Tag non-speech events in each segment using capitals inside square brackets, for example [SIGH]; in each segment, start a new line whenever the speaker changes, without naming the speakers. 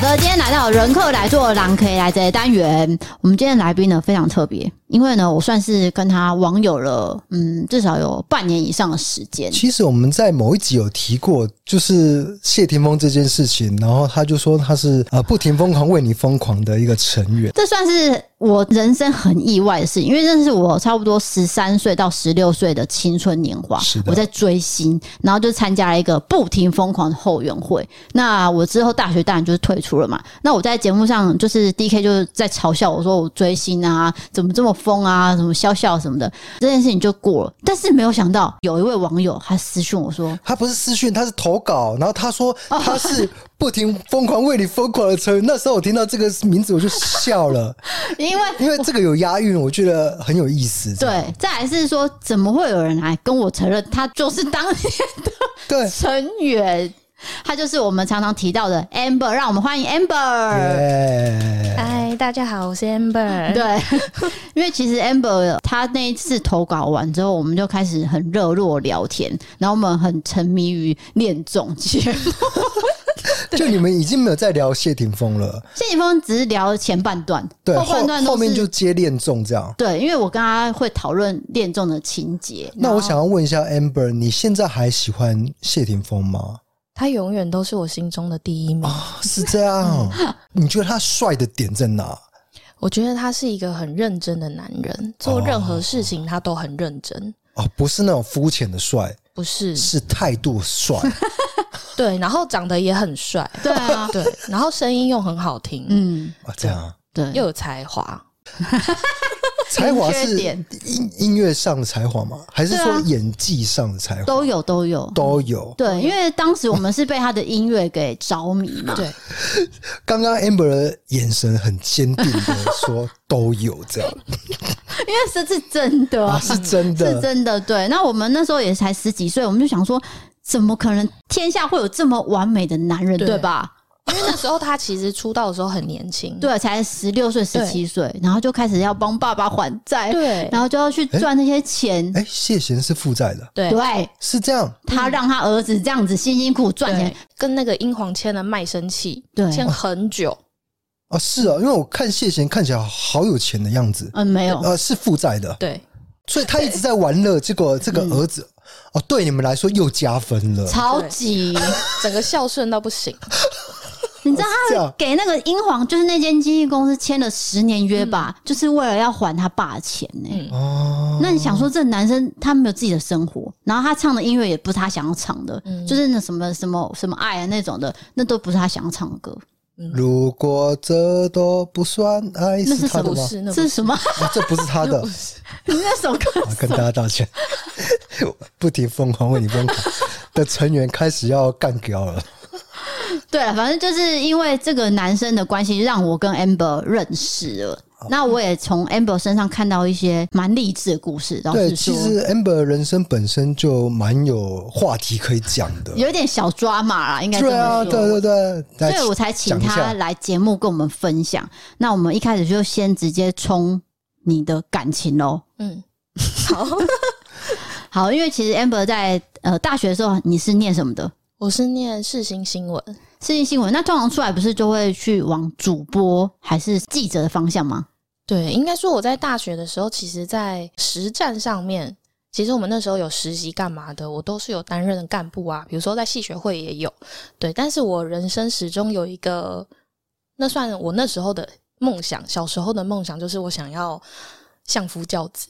的，今天来到人客来做狼可以来这单元，我们今天来宾呢非常特别，因为呢我算是跟他网友了，嗯，至少有半年以上的时间。
其实我们在某一集有提过，就是谢霆锋这件事情，然后他就说他是呃不停疯狂为你疯狂的一个成员。
这算是我人生很意外的事情，因为这是我差不多十三岁到十六岁的青春年华
是，的
我在追星，然后就参加了一个不停疯狂的后援会。那我之后大学当然就是退出了嘛。那我在节目上就是 D K 就是在嘲笑我说我追星啊，怎么这么疯啊，什么笑笑什么的，这件事情就过了。但是没有想到有一位网友他私讯我
[LAUGHS]
说，
他不是私讯，他是投稿，然后他
[LAUGHS]
说
哦
他是不停疯狂为你疯狂的成员。那时候我听到这个名字我就笑了，
因为
因为这个有押韵，我觉得很有意思。
对，再来是说怎么会有人来跟我承认他就是当年
对，
成员，他就是我们常常提到的 Amber，让我们欢迎 Amber。
耶，
嗨，大家好，我是 Amber。
嗯对， [LAUGHS] 因为其实 Amber 他那一次投稿完之后，我们就开始很热络聊天，然后我们很沉迷于恋综节目。
就你们已经没有在聊谢霆锋了，
谢霆锋只是聊前半段，
对，
后半段
后
都
后面
是
就接恋综这样。
对，因为我跟他会讨论恋综的情
[LAUGHS]
节。
那我想要问一下 Amber，你现在还喜欢谢霆锋吗？
他永远都是我心中的第一名。
是这样哦，你觉得他帅的点在哪？
我觉得他是一个很认真的男
哦
人，做任何事情他都很认真，
哦，不是那种肤浅的帅，
不是
是态度
[LAUGHS]
帅。
对，然后长得也很帅，
对啊，
对，然后声音又很好听，
嗯，
啊，这样啊
对，
又有才华。
才华
缺
是
点
音音乐上的才华吗？还是
对
说
啊
演技上的才华？
都有都有。
都有。
对，因为当时我们是被他的音乐给着迷 [LAUGHS] 嘛，
对，
刚刚 Amber 的眼神很坚定的说都有这
[LAUGHS]
样
因为这是真的啊
啊，是真
是
的。
真的，对。那我们那时候也才十几岁，我们就想说，怎么可能天下会有这么完美的男人，对
对
吧？
因为那时候他其实出道的时候很年轻，
对，啊才十六岁、十七岁，然后就开始要帮爸爸还债，
对
然后就要去赚那些钱。
哎、谢贤是负债的，
对
对
是这样。
他让他儿子这样子辛辛苦苦赚钱
对，，跟那个英皇签了卖身契，
对
签很久，
啊，是啊，因为我看谢贤看起来好有钱的样子，
嗯，没有，
呃，是负债的，
对，
所以他一直在玩乐。结果这个儿子，
嗯
哦，对你们来说又加分了，
超级。
整个孝顺到不行，
你知道
这
他
样
给那个英皇，就是那间经纪公司签了十年约吧，就是为了要还他爸的钱呢、
嗯
哦。
那你想说，这男生他没有自己的生活，然后他唱的音乐也不是他想要唱的，
嗯
就是那什么什么什么爱啊那种的，那都不是他想要唱的歌，
如果这都不算爱，
那是
他
什
的
么
不
吗？
是那
这
不
是
是
什么？ [LAUGHS]
啊这不是他的，
那首歌
啊，跟大家道歉。 [LAUGHS] 不停疯狂为你疯狂的成员开始要干掉了。
对啊了，反正就是因为这个男生的关系，让我跟 Amber 认识了。
哦
那我也从 Amber 身上看到一些蛮励志的故事，老
对，
实
其
说，
实 Amber 人生本身就蛮有话题可以讲的。
有一点小抓马啦，应该这
对
么
啊，对
说。
对对，来
所以我才请
讲一
他
下
来节目跟我们分享。那我们一开始就先直接冲你的感情喽。
嗯，
[LAUGHS]
好，
好，因为其实 Amber 在呃大学的时候，你是念什么的？
我是念世新新闻，
世界新闻，那通常出来不是就会去往主播还是记者的方向吗？
对，应该说我在大学的时候，其实，在实战上面，其实我们那时候有实习干嘛的，我都是有担任的干部啊，比如说在系学会也有，对。但是我人生始终有一个，那算我那时候的梦想，小时候的梦想就是我想要相夫教子，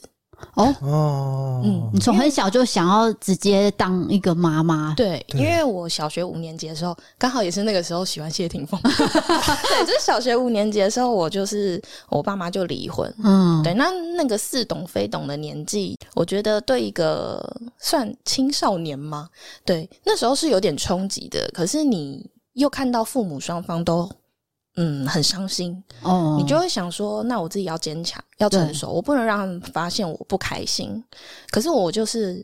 哦，
哦，
嗯
你从很小就想要直接当一个妈妈，
对，
对
因为我小学五年级的时候，刚好也是那个时候喜欢谢霆锋， [LAUGHS] 对，就是小学五年级的时候，我就是我爸妈就离婚，
嗯，
对，那那个似懂非懂的年纪，我觉得对一个算青少年吗？对，那时候是有点冲击的。可是你又看到父母双方都嗯很伤心，
哦，
你就会想说，那我自己要坚强，要成
对
熟，我不能让他们发现我不开心。可是我就是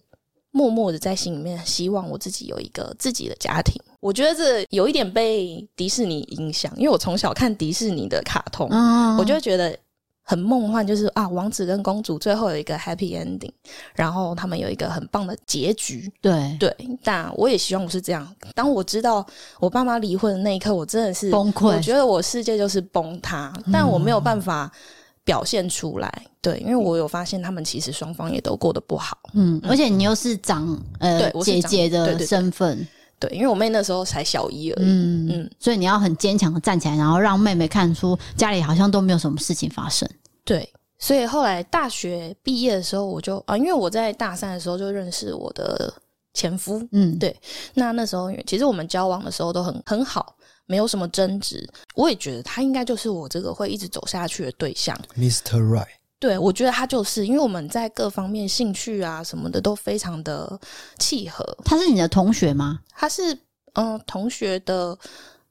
默默的在心里面希望我自己有一个自己的家庭。我觉得这有一点被迪士尼影响，因为我从小看迪士尼的卡通，
嗯
我就会觉得很梦幻，就是啊，王子跟公主最后有一个 happy ending，然后他们有一个很棒的结局。
对，
对，但我也希望我是这样。当我知道我爸妈离婚的那一刻，我真的是
崩溃嗯
我觉得我世界就是崩塌，但我没有办法表现出来。对，因为我有发现他们其实双方也都过得不好。
嗯，而且你又是长呃
对我是
姐
长
姐
对
的
对对
身份，
对，因为我妹那时候才小一而已。
嗯嗯
嗯，
所以你要很坚强的站起来，然后让妹妹看出家里好像都没有什么事情发生。
对，所以后来大学毕业的时候，我就啊，因为我在大三的时候就认识我的前夫，
嗯，
对那那时候因为其实我们交往的时候都很很好，没有什么争执。我也觉得他应该就是我这个会一直走下去的对象。
Mr. Right，
对，我觉得他就是因为我们在各方面兴趣啊什么的都非常的契合。
她是你的同学吗？
他是嗯、呃同学的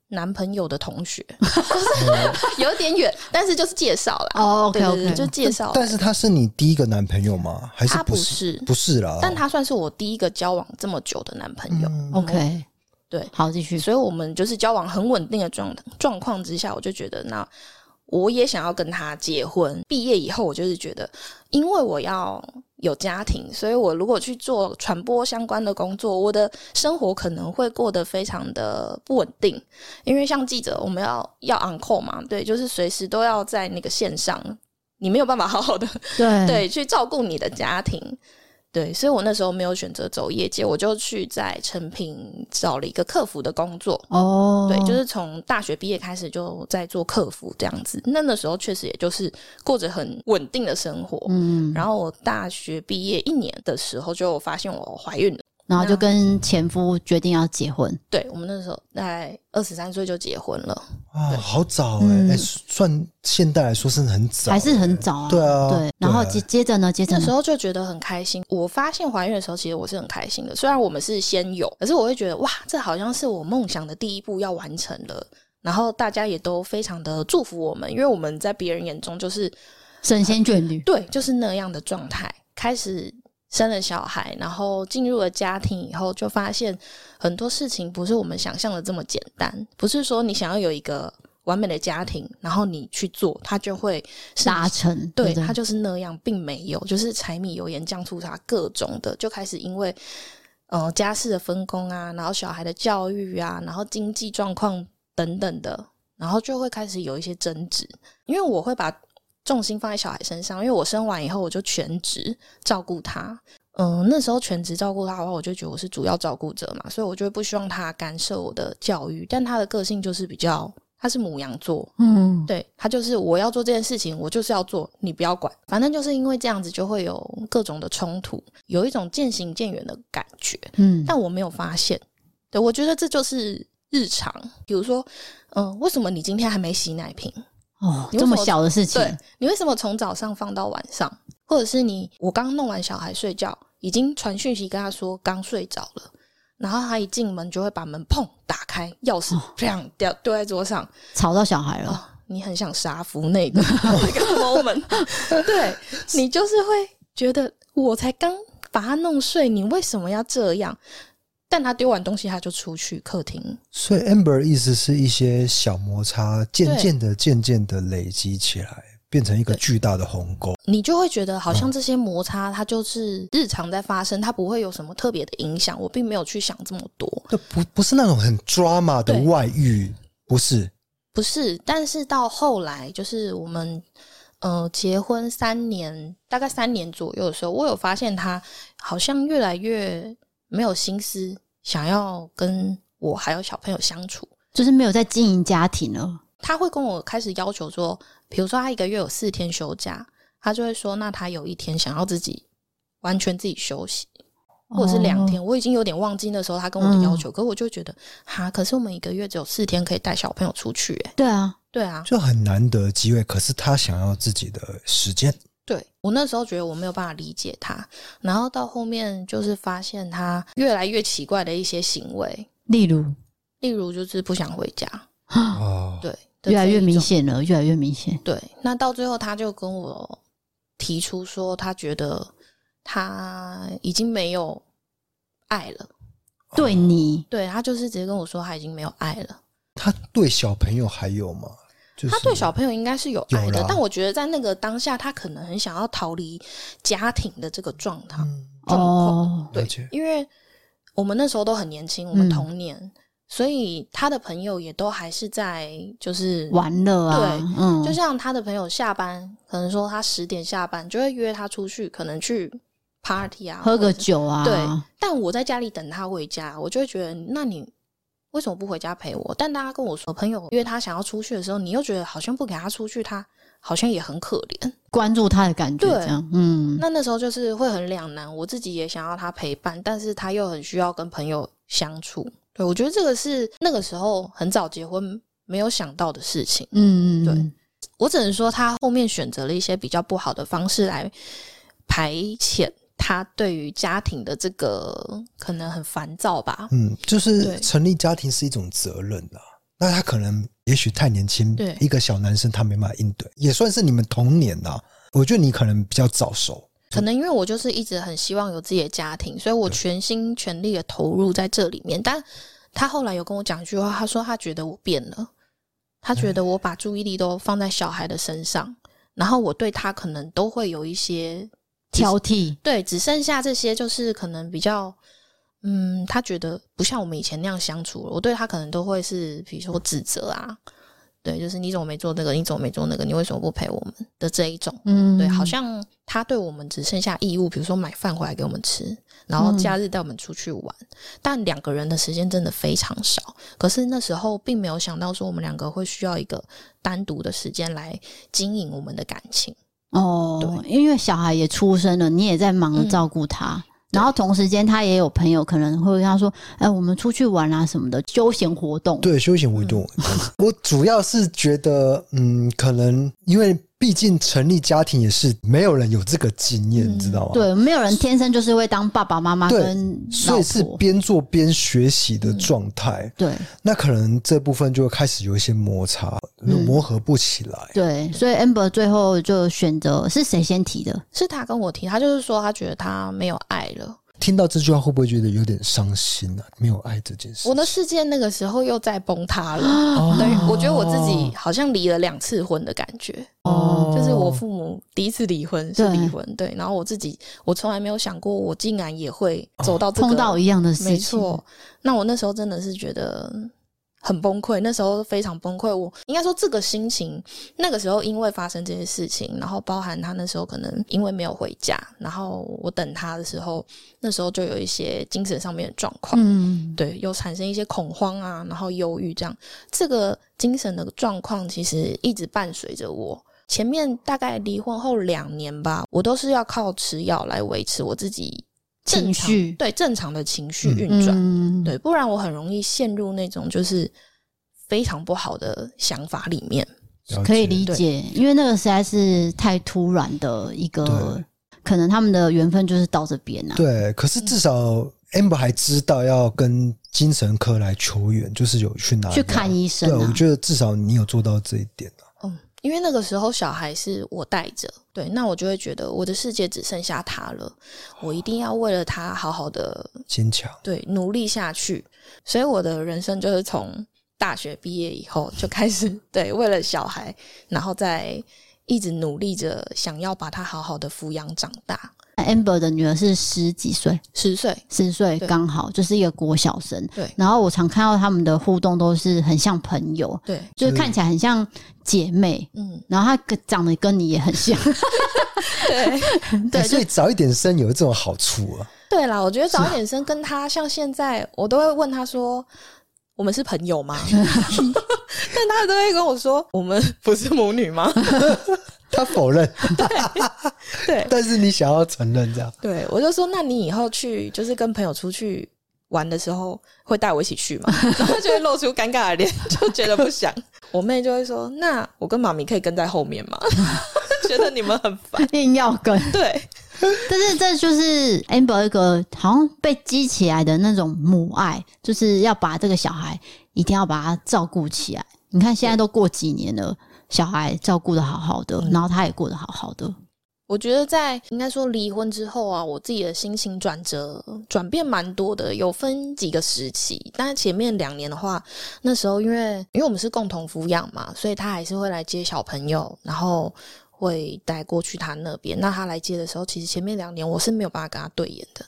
男朋友的同学， [LAUGHS] 就是有点远，但是就是介绍啦。
哦
对
，OK
对
OK，
对，就介绍。
但是他是你第一个男朋友吗？还是
他
不
不
是？
是，
不是啦，
但他算是我第一个交往这么久的男朋友，
嗯
OK，
对
好，继续。
所以我们就是交往很稳定的状状况之下，我就觉得那我也想要跟他结婚。毕业以后，我就是觉得，因为我要有家庭，所以我如果去做传播相关的工作，我的生活可能会过得非常的不稳定。因为像记者，我们要要 on call 嘛，对，就是随时都要在那个线上，你没有办法好好的
对，
对，去照顾你的家庭。对，所以我那时候没有选择走业界，我就去在成品找了一个客服的工作。
哦，
对，就是从大学毕业开始就在做客服这样子。那那时候确实也就是过着很稳定的生活。
嗯，
然后我大学毕业一年的时候，就发现我怀孕了。
然后就跟前夫决定要结婚。
对我们那时候大概二十三岁就结婚了。
啊，好早哎、
嗯
哎、算现代来说是很早、
还是很
哎
早啊，
对啊对
然后接接着呢，接着
那时
呢，
候就觉得很开心。我发现怀孕的时候，其实我是很开心的。虽然我们是先有，可是我会觉得哇，这好像是我梦想的第一步要完成了。然后大家也都非常的祝福我们，因为我们在别人眼中就是
神仙眷侣，
对，就是那样的状态。开始生了小孩，然后进入了家庭以后，就发现很多事情不是我们想象的这么简单。不是说你想要有一个完美的家庭，然后你去做，它就会是
达成，
对，
不
他就是那样，并没有，就是柴米油盐酱醋茶各种的，就开始因为呃家事的分工啊，然后小孩的教育啊，然后经济状况等等的，然后就会开始有一些争执。因为我会把重心放在小孩身上，因为我生完以后我就全职照顾他。嗯、那时候全职照顾他的话，我就觉得我是主要照顾者嘛，所以我就不希望他干涉我的教育。但他的个性就是比较，他是母羊座，
嗯，
对他就是我要做这件事情，我就是要做，你不要管。反正就是因为这样子，就会有各种的冲突，有一种渐行渐远的感觉。
嗯，
但我没有发现，对我觉得这就是日常。比如说，嗯、为什么你今天还没洗奶瓶？
哦，
你
这
为什
么
么
小的事情，
对你为什么从早上放到晚上？或者是你我刚弄完小孩睡觉，已经传讯息跟他说刚睡着了，然后他一进门就会把门砰打开，钥匙砰掉丢在桌上。
吵到小
哦
孩了，
你很想杀服那个 [LAUGHS] 那个 moment，对 [LAUGHS] 你就是会觉得我才刚把他弄睡，你为什么要这样？但他丢完东西他就出去客厅，
所以 Amber 意思是一些小摩擦，渐
对
渐的、渐渐的累积起来，变成一个巨大的鸿沟。
你就会觉得好像这些摩擦它就是日常在发生，它不会有什么特别的影响。我并没有去想这么多，
那不不是那种很 drama 的
对
外遇，不是
不是。但是到后来就是我们。呃，结婚三年，大概三年左右的时候，我有发现他好像越来越没有心思想要跟我还有小朋友相处。
就是没有在经营家庭了，
他会跟我开始要求说，比如说他一个月有四天休假，他就会说，那他有一天想要自己完全自己休息，或
哦
者是两天。我已经有点忘记那时候他跟我的要求，可我就觉得，哈，可是我们一个月只有四天可以带小朋友出去、欸，
对啊，
对啊，
就很难得的机会，可是他想要自己的时间。
对我那时候觉得我没有办法理解他，然后到后面就是发现他越来越奇怪的一些行为，
例如
例如就是不想回家，
哦，
啊对，的
越来
这
越
一
明
种。
显了，越来越明显，
对，那到最后他就跟我提出说，他觉得他已经没有爱了，哦
对你
对他就是直接跟我说他已经没有爱了。
他对小朋友还有吗？就是
他对小朋友应该是有爱
有
的
啦，
但我觉得在那个当下，他可能很想要逃离家庭的这个状态、状况。
哦，
对
嗯了解，
因为我们那时候都很年轻，我
嗯
们童年，所以他的朋友也都还是在就是
玩乐啊，
对
嗯，
就像他的朋友下班，可能说他十点下班，就会约他出去，可能去 party 啊，
喝
或
个
者
酒啊，
对，但我在家里等他回家，我就会觉得，那你为什么不回家陪我？但大家跟我说，朋友约他想要出去的时候，你又觉得好像不给他出去，他好像也很可怜。
关注他的感觉，
对
这样，嗯，
那那时候就是会很两难，我自己也想要他陪伴，但是他又很需要跟朋友相处。对我觉得这个是那个时候很早结婚没有想到的事情。
嗯，嗯
对
嗯
我只能说，他后面选择了一些比较不好的方式来排遣他对于家庭的这个可能很烦躁吧。
嗯，就是
对
成立家庭是一种责任啦。那他可能也许太年轻，
对
一个小男生他没办法应对，也算是你们童年啦。我觉得你可能比较早熟，
可能因为我就是一直很希望有自己的家庭，所以我全心全力的投入在这里面。但他后来有跟我讲一句话，他说他觉得我变了，他觉得我把注意力都放在小孩的身上，然后我对他可能都会有一些
挑剔，
对，只剩下这些就是可能比较。嗯，他觉得不像我们以前那样相处了。我对他可能都会是，比如说指责啊，对，就是你怎么没做这个，你怎么没做那个，你为什么不陪我们的这一种。
嗯，
对，好像他对我们只剩下义务，比如说买饭回来给我们吃，然后
嗯
假日带我们出去玩，但两个人的时间真的非常少。可是那时候并没有想到说我们两个会需要一个单独的时间来经营我们的感情。
哦，因为小孩也出生了，你也在忙着
嗯
照顾他。然后同时间，他也有朋友可能会跟他说：“哎，我们出去玩啊什么的，休闲活动。”
对休闲维
[LAUGHS]
度，我主要是觉得，嗯，可能因为毕竟成立家庭也是没有人有这个经验，
嗯
你知道吗？，
对，没有人天生就是会当爸爸妈妈
对
跟
所
老
以是
婆。
边做边学习的状态，
对
嗯
那可能这部分就会开始有一些摩擦，
嗯
磨合不起来。
对，所以 Amber 最后就选择是谁先提的？
是他跟我提，他就是说他觉得他没有爱了。
听到这句话会不会觉得有点伤心啊？没有爱这件事，
我的世界那个时候又在崩塌
[GASPS]
了。
哦
对，我觉得我自己好像离了两次婚的感觉。
哦
就是我父母第一次离婚是
对
离婚，对，然后我自己我从来没有想过我竟然也会走到这个，
哦碰到一样的事情，
没错。那我那时候真的是觉得很崩溃，那时候非常崩溃。我应该说这个心情，那个时候因为发生这些事情，然后包含他那时候可能因为没有回家，然后我等他的时候，那时候就有一些精神上面的状况。
嗯，
对，有产生一些恐慌啊，然后忧郁这样，这个精神的状况其实一直伴随着我。前面大概离婚后两年吧，我都是要靠吃药来维持我自己正
情
常
绪
对正常的情绪
嗯
运转，
嗯，
对，不然我很容易陷入那种就是非常不好的想法里面。
了解
可以理解，因为那个实在是太突然的一个
对，
可能他们的缘分就是到这边啊。
对，可是至少 Amber 还知道要跟精神科来求援，就是有去拿
去看
医
医生
对，
啊
我，觉得至少你有做到这一点啊。
嗯，因为那个时候小孩是我带着，对，那我就会觉得我的世界只剩下他了，我一定要为了他好好的
坚强，
对，努力下去。所以我的人生就是从大学毕业以后就开始对，为了小孩，然后再一直努力着，想要把他好好的抚养长大。
Amber 的女儿是十几岁，
十岁，
十岁
对
刚好就是一个国小生。
对
然后我常看到他们的互动都是很像朋友，
对，
就是
是
看起来很像姐妹。
[LAUGHS] 嗯，
然后她跟长得跟你也很像，
对，
哎
对，
所
就
以早一点生有这种好处啊。 [LAUGHS]
对啦。我觉得早一点生跟他，像现在我都会问他说。我们是朋友吗？ [LAUGHS] 但他都会跟我说，我们不是母女吗？
他否认，
[LAUGHS] 对， [LAUGHS]
但是你想要承认这样，
对，我就说，那你以后去就是跟朋友出去玩的时候，会带我一起去吗？然后就会露出尴尬的脸， [LAUGHS] 就觉得不想。我妹就会说，那我跟妈咪可以跟在后面吗？ [LAUGHS] 觉得你们很烦。
硬要跟。
对，
但是这就是 Amber 一个好像被激起来的那种母爱，就是要把这个小孩一定要把他照顾起来。你看现在都过几年了，小孩照顾的好好的，然后他也过得好好的。
我觉得在应该说离婚之后啊，我自己的心情转折转变蛮多的，有分几个时期。但前面两年的话，那时候因为因为我们是共同抚养嘛，所以他还是会来接小朋友，然后会带过去他那边。那他来接的时候，其实前面两年我是没有办法跟他对眼的，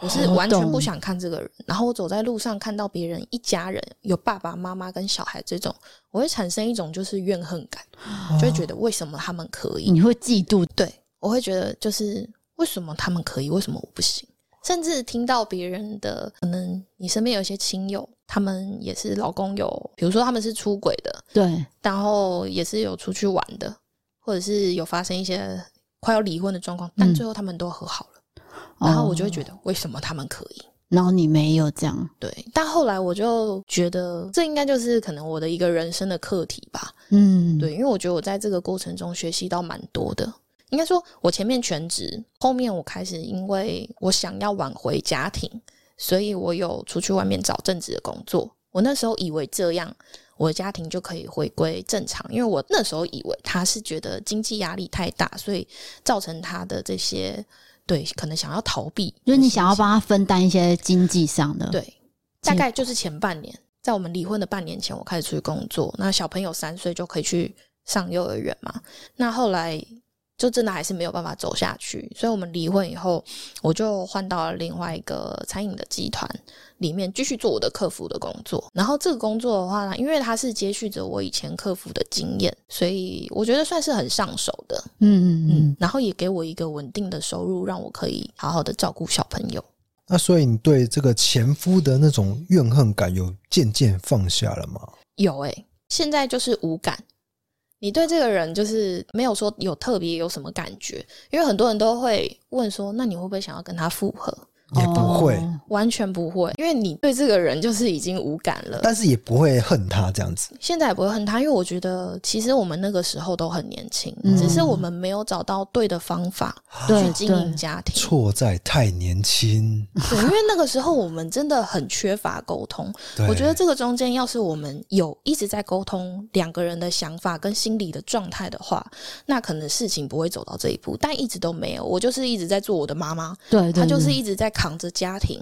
我是
哦
完全
懂
不想看这个人。然后我走在路上看到别人一家人有爸爸妈妈跟小孩这种，我会产生一种就是怨恨感，
哦
就会觉得为什么他们可以？
你会嫉妒，
对，我会觉得就是为什么他们可以，为什么我不行？甚至听到别人的，可能你身边有一些亲友，他们也是老公有，比如说他们是出轨的，
对，
然后也是有出去玩的，或者是有发生一些快要离婚的状况，但
嗯哦
最后他们都和好了，然后我就会觉
得，
得为什么他们可以？
然后你没有这样，
对，但后来我就觉得这应该就是可能我的一个人生的课题吧，
嗯，
对，因为我觉得我在这个过程中学习到蛮多的。应该说，我前面全职，后面我开始因为我想要挽回家庭，所以我有出去外面找正职的工作。我那时候以为这样，我的家庭就可以回归正常，因为我那时候以为他是觉得经济压力太大，所以造成他的这些对可能想要逃避的心情，
就是你想要帮他分担一些经济上的，，
对，大概就是前半年，在我们离婚的半年前，我开始出去工作。那小朋友三岁就可以去上幼儿园嘛。那后来就真的还是没有办法走下去，所以我们离婚以后，我就换到了另外一个餐饮的集团里面继续做我的客服的工作。然后这个工作的话呢，因为它是接续着我以前客服的经验，所以我觉得算是很上手的。
嗯嗯
嗯
嗯，，
然后也给我一个稳定的收入，让我可以好好的照顾小朋友。
那所以你对这个前夫的那种怨恨感有渐渐放下了吗？
有诶、现在就是无感。你对这个人就是没有说有特别有什么感觉，因为很多人都会问说，那你会不会想要跟他复合？
也不会，
哦
完全不会，因为你对这个人就是已经无感了。
但是也不会恨他这样子。
现在也不会恨他，因为我觉得其实我们那个时候都很年轻，
嗯
只是我们没有找到对的方法去
对
经
对
营家庭。
错在太年
[LAUGHS]
轻，
对，因为那个时候我们真的很缺乏沟通。
对
我觉得这个中间，要是我们有一直在沟通两个人的想法跟心理的状态的话，那可能事情不会走到这一步。但一直都没有，我就是一直在做我的妈妈，
对，
她
对
就是
对
一直在扛着家庭。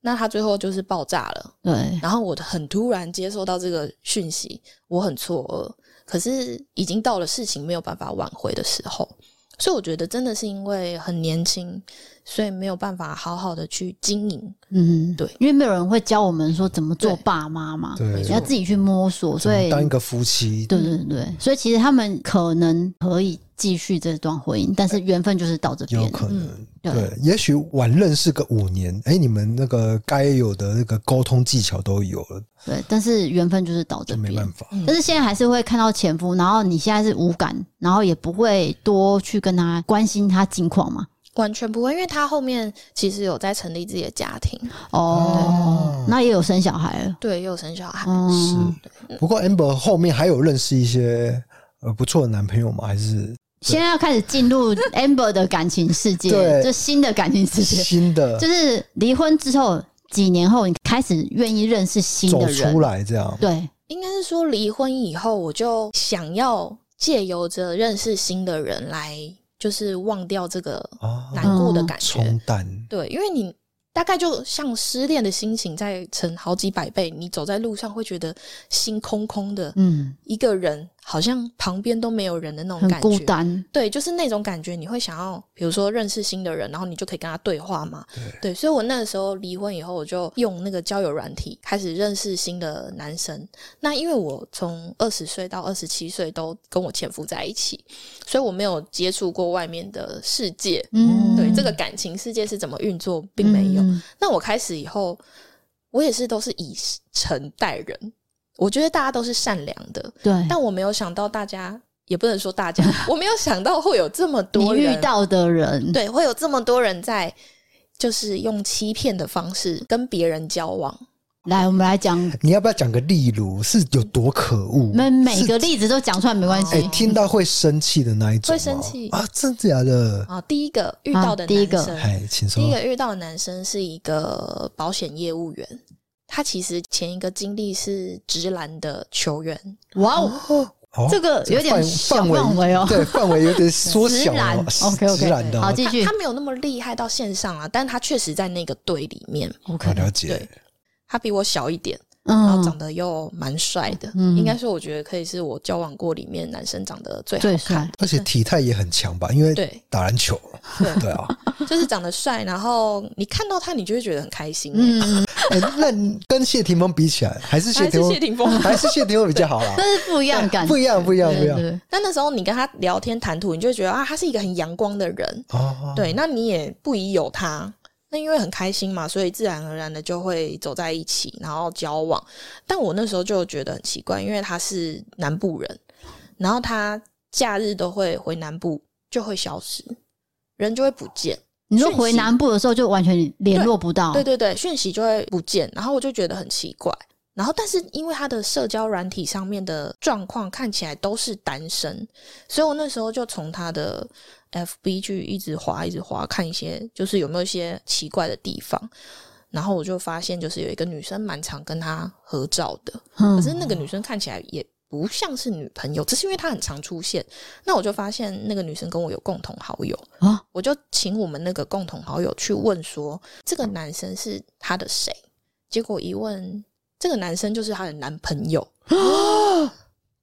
那她最后就是爆炸了。
对，
然后我很突然接收到这个讯息，我很错愕，可是已经到了事情没有办法挽回的时候。所以我觉得真的是因为很年轻，所以没有办法好好的去经营。
嗯
对
因为没有人会教我们说怎么做
对
爸妈嘛，
对
你要自己去摸索，所以
当一个夫妻，
对对对，所以其实他们可能可以继续这段婚姻，但是缘分就是到这
有
边。
可能。
对
对，也许晚认识个五年，哎、你们那个该有的那个沟通技巧都有了，
对，但是缘分就是到这
就没
边
办。法。
但是现在还是会看到前夫，然后你现在是无感，然后也不会多去跟他关心他近况嘛。
完全不会，因为他后面其实有在成立自己的家庭，
啊
哦，那也有生小孩了。
对，也有生小孩。
嗯，
不过 Amber 后面还有认识一些呃不错的男朋友吗？还是
现在要开始进入 Amber 的感情世界，
对
就新的感情世界，
新的
就是离婚之后几年后，你开始愿意认识新
走
的人
出。来这样？
对，
应该是说离婚以后，我就想要借由着认识新的人来，就是忘掉这个
哦
啊，
难过的感觉。
冲淡
对，因为你大概就像失恋的心情再乘好几百倍，你走在路上会觉得心空空的，
嗯，
一个人好像旁边都没有人的那种
很
感觉，
孤单。
对，就是那种感觉，你会想要，比如说认识新的人，然后你就可以跟他对话嘛。对，所以我那个时候离婚以后，我就用那个交友软体开始认识新的男生。那因为我从二十岁到二十七岁都跟我前夫在一起，所以我没有接触过外面的世界。
嗯，
对，这个感情世界是怎么运作，并没
嗯
有。那我开始以后，我也是都是以诚待人，我觉得大家都是善良的，
对，
但我没有想到大家，也不能说大家，
[LAUGHS]
我没有想到会有这么
你
多人
遇到的人，
对，会有这么多人在，就是用欺骗的方式跟别人交往。
来，我们来讲，
你要不要讲个例如是有多可恶？
每每
是
个例子都讲出来没关
哎、
系。
听到会生气的那一种吗，
会生气
啊？真的假的？
啊，第一个遇到的
啊第一
男
个
生，
哎、请
第一
说。
个遇到的男生是一个保险业务员，他其实前一个经历是直男的球员，
哇哦，
哦
这个有点
范
小
范围
范围哦
对，范围
[LAUGHS]
有点缩小
直
了
男。，OK，OK，
直男的哦，
好，继续
他。没有那么厉害到线上啊，但他确实在那个队里面，
好
OK，
了解
对。他比我小一点，然后
嗯
长，得又蛮帅的，
嗯
应该说我觉得可以是我交往过里面男生长得最
最
好看
帅，，
而且体态也很强吧，因为
对
打篮球，
对
[LAUGHS] 对啊。
就是长得帅，然后你看到他你就会觉得很开心、欸。
嗯，
哎那你跟谢霆锋比起来，还是谢
还
霆
是
锋
谢，霆锋，
[LAUGHS]
[LAUGHS]
还是谢霆锋比较好啦。
这是不一样的感觉，
不一样，不一
[LAUGHS]
样，
对
不一样。
对
但那时候你跟他聊天谈吐，你就会觉得啊，他是一个很阳光的人，
哦，
对，那你也不宜有他。那因为很开心嘛，所以自然而然的就会走在一起，然后交往。但我那时候就觉得很奇怪，因为他是南部人，然后他假日都会回南部，就会消失，人就会不见。
你说回南部的时候就完全联络不到，
对对对，讯息就会不见，然后我就觉得很奇怪。然后，但是因为他的社交软体上面的状况看起来都是单身，所以我那时候就从他的 FB 去一直滑，一直滑，看一些就是有没有一些奇怪的地方。然后我就发现，就是有一个女生蛮常跟他合照的，
嗯
可是那个女生看起来也不像是女朋友，只是因为她很常出现。那我就发现那个女生跟我有共同好友，
啊，
我就请我们那个共同好友去问说，这个男生是他的谁？结果一问，这个男生就是她的男朋友。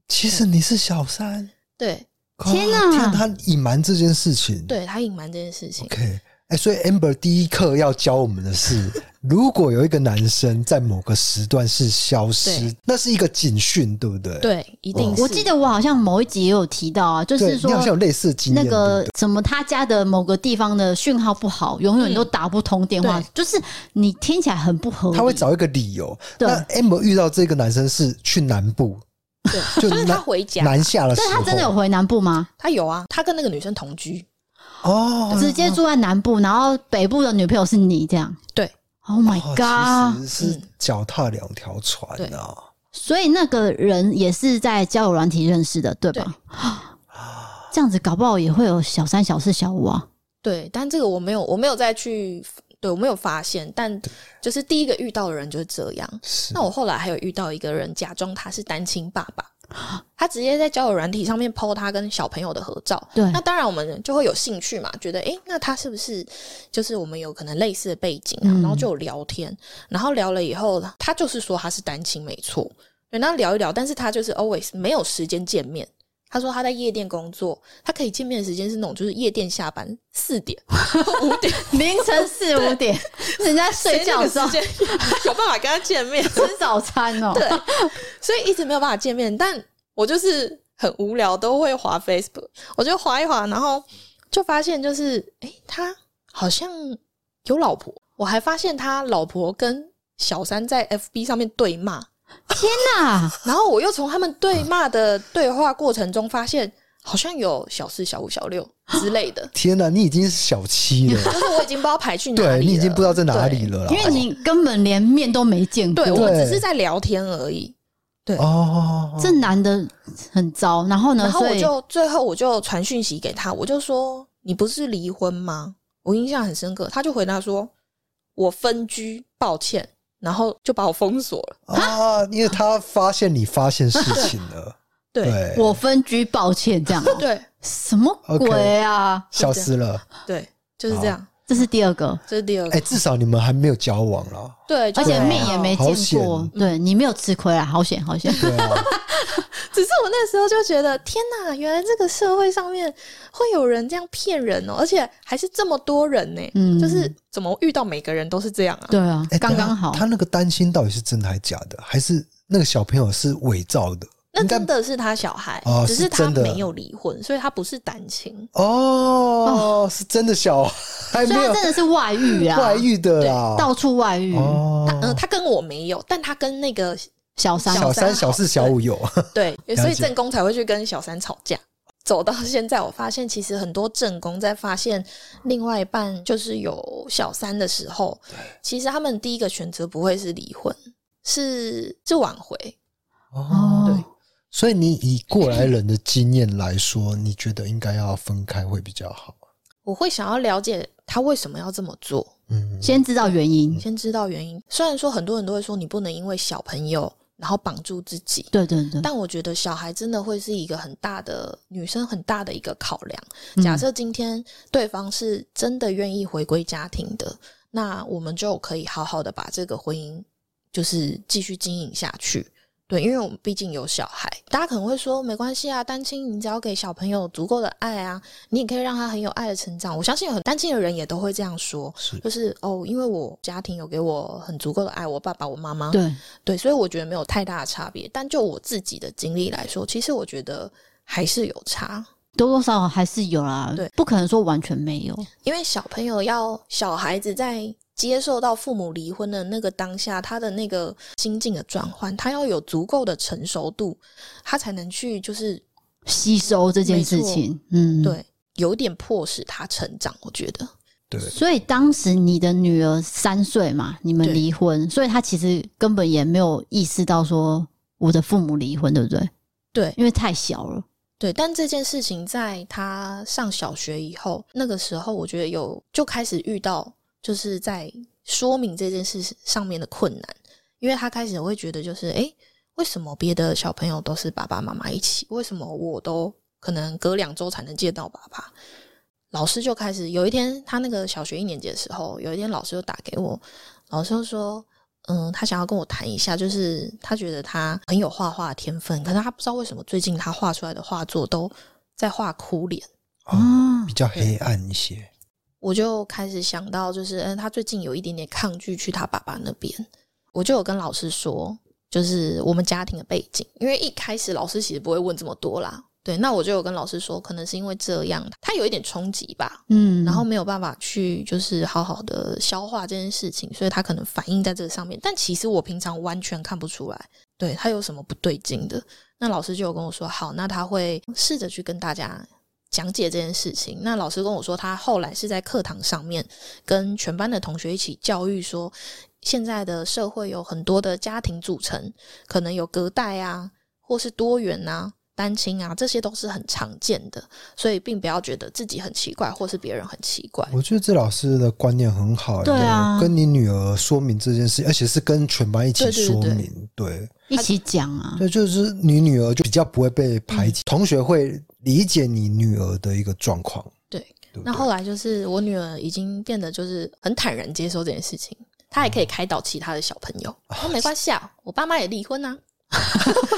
其实你是小三。
对，
天
哪！
哪
天，他隐瞒这件事情。
对他隐瞒这件事情。
，OK。哎、所以 Amber 第一课要教我们
[LAUGHS]
的是，如果有一个男生在某个时段是消失
对，
那是一个警讯，对不对？，
对，一定是。
哦我记得我好像某一集也有提到啊，就
对
是
你
说
好像有类似的经
那
验。
个
对
怎么他家的某个地方的讯号不好，永远都打不通电话，
嗯
就是你听起来很不合理。
不对他会找一个理由。
对
那 Amber 遇到这个男生是去南部，
对，
就
就是
南
他回家，
南下的时
但
候，
是他真的有回南部吗？
他有啊，他跟那个女生同居。
哦，
直接住在南部，然后北部的女朋友是你这样
对
？Oh my
哦
god！
其实是
嗯
脚踏两条船啊。
所以那个人也是在交友软体认识的，对吧？ [GASPS] 这样子搞不好也会有小三、小四、小五啊。
对，但这个我没有，我没有再去，对我没有发现。但就是第一个遇到的人就是这样。
是，
那我后来还有遇到一个人，假装他是单亲爸爸，他直接在交友软体上面 PO 他跟小朋友的合照。
对
那当然我们就会有兴趣嘛，觉得诶，那他是不是就是我们有可能类似的背景啊？
嗯
然后就有聊天，然后聊了以后，他就是说他是单亲，没错。对，那聊一聊，但是他就是 always 没有时间见面。他说他在夜店工作，他可以见面的时间是那种就是夜店下班四点五点，
凌晨四五点， [LAUGHS] 人家睡觉的 [LAUGHS] 时候
谁那个时间 [LAUGHS] 有办法跟他见面？
吃早餐哦。
对，所以一直没有办法见面。但我就是很无聊，都会滑 Facebook，我就滑一滑，然后就发现就是，诶，他好像有老婆，我还发现他老婆跟小三在 FB 上面对骂，
天哪！
然后我又从他们对骂的对话过程中发现，好像有小四、小五、小六 [GASPS] 之类的
天哪，你已经是小七
[LAUGHS]
了，
就是我已经不知道排去哪里了，
对你已经不知道在哪里
对。
了啦。
因为你根本连面都没见过。
对，我们
对
只是在聊天而已。
哦，
这男的很糟，然后呢，
然后
所
我
以
就最后我就传讯息给他，我就说你不是离婚吗？我印象很深刻，他就回答说我分居，抱歉，然后就把我封锁了。
啊，因为他发现你发现事情
[LAUGHS]
了，
对
对，
我分居，抱歉，这样哦、
对
什么鬼啊？
消失了。
对，就是这样，
这是第二个，
这是第二个。
哎，至少你们还没有交往啦。
对，就
而且
是
面也没
啊好
见过
险，
对你没有吃亏啦，好险好险。
对啊，
只是我那时候就觉得，天哪，原来这个社会上面会有人这样骗人哦，而且还是这么多人呢、
嗯
就是怎么遇到每个人都是这样啊？
对啊
哎，
刚刚好
等一下。他那个担心到底是真的还假的，还是那个小朋友是伪造的？
那
应该
真的是他小孩，
哦
只
是
是他
真的
没有离婚，所以他不是单亲。
哦，是真的小，还
所以他
没有
真的是外遇啊，
外遇的啦。
到处外遇，
嗯、
哦，
他跟我没有，但他跟
[LAUGHS]
那个
小三
小三、小四、小五有，
对，所以
解
正宫才会去跟小三吵架。走到现在，我发现其实很多正宫在发现另外一半就是有小三的时候，其实他们第一个选择不会是离婚，是是挽回。
哦，
对。所以你以过来人的经验来说，你觉得应该要分开会比较好。
我会想要了解他为什么要这么做，
嗯，
先知道原因，
先知道原因。虽然说很多人都会说你不能因为小朋友，然后绑住自己。
对对对，
但我觉得小孩真的会是一个很大的女生很大的一个考量。
嗯
假设今天对方是真的愿意回归家庭的，那我们就可以好好的把这个婚姻就是继续经营下去。对，因为我们毕竟有小孩，大家可能会说没关系啊，单亲你只要给小朋友足够的爱啊，你也可以让他很有爱的成长。我相信有很单亲的人也都会这样说，
是
就是哦，因为我家庭有给我很足够的爱，我爸爸、我妈妈，
对
对，所以我觉得没有太大的差别。但就我自己的经历来说，其实我觉得还是有差，
多多少少还是有啦，
对
不可能说完全没有。
因为小朋友要小孩子在接受到父母离婚的那个当下，他的那个心境的转换，他要有足够的成熟度，他才能去就是
吸收这件事情，嗯，。
对有点迫使他成长。我觉得
对，
所以当时你的女儿三岁嘛，你们
对
离婚，所以她其实根本也没有意识到说我的父母离婚，对不对？
对
因为太小了，
对，但这件事情在他上小学以后，那个时候我觉得有就开始遇到，就是在说明这件事上面的困难，因为他开始会觉得就是，诶，为什么别的小朋友都是爸爸妈妈一起，为什么我都可能隔两周才能见到爸爸？老师就开始有一天，他那个小学一年级的时候，有一天老师就打给我，老师就说。嗯，他想要跟我谈一下，就是他觉得他很有画画的天分，可是他不知道为什么最近他画出来的画作都在画哭脸。
哦
啊
比，较黑暗一些。
我就开始想到，就是嗯，他最近有一点点抗拒去他爸爸那边，我就有跟老师说，就是我们家庭的背景，因为一开始老师其实不会问这么多啦。对，那我就有跟老师说，可能是因为这样，他有一点冲击吧，
嗯，
然后没有办法去就是好好的消化这件事情，所以他可能反映在这个上面。但其实我平常完全看不出来，对他有什么不对劲的。那老师就有跟我说，好，那他会试着去跟大家讲解这件事情。那老师跟我说，他后来是在课堂上面跟全班的同学一起教育说，现在的社会有很多的家庭组成，可能有隔代啊，或是多元啊。单亲啊，这些都是很常见的，所以并不要觉得自己很奇怪，或是别人很奇怪。
我觉得这老师的观念很好，欸
对啊
跟你女儿说明这件事，而且是跟全班一起
对对
说
对
明，对，
一起讲啊，
所以就是你女儿就比较不会被排挤，同学会理解你女儿的一个状况，
对，
对不
那
对？
后来就是我女儿已经变得就是很坦然接受这件事情，她还可以开导其他的小朋友，说没关系啊，我爸妈也离婚 [LAUGHS] 啊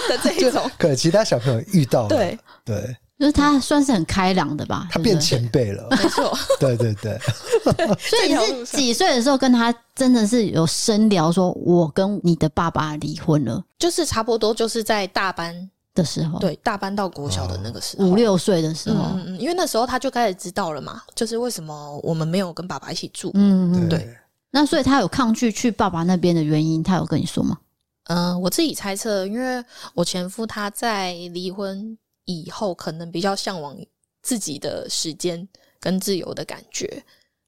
的这一种。
可能其他小朋友遇到了，
对，
对，
就是她算是很开朗的吧，
他
对
变
不对
前辈了，
没 [LAUGHS] 错，
对对对，
所以
这条
你
路
是
上
几岁的时候跟她真的是有深聊，说我跟你的爸爸离婚了
就是差不多就是在大班，
的时候，，
对，大班到国小的那个时候，
五六岁的时
嗯
候，
嗯嗯，因为那时候她就开始知道了嘛，就是为什么我们没有跟爸爸一起住。
嗯嗯，
对
对
那所以她有抗拒去爸爸那边的原因，她有跟你说吗？
嗯，我自己猜测，因为我前夫他在离婚以后，可能比较向往自己的时间跟自由的感觉。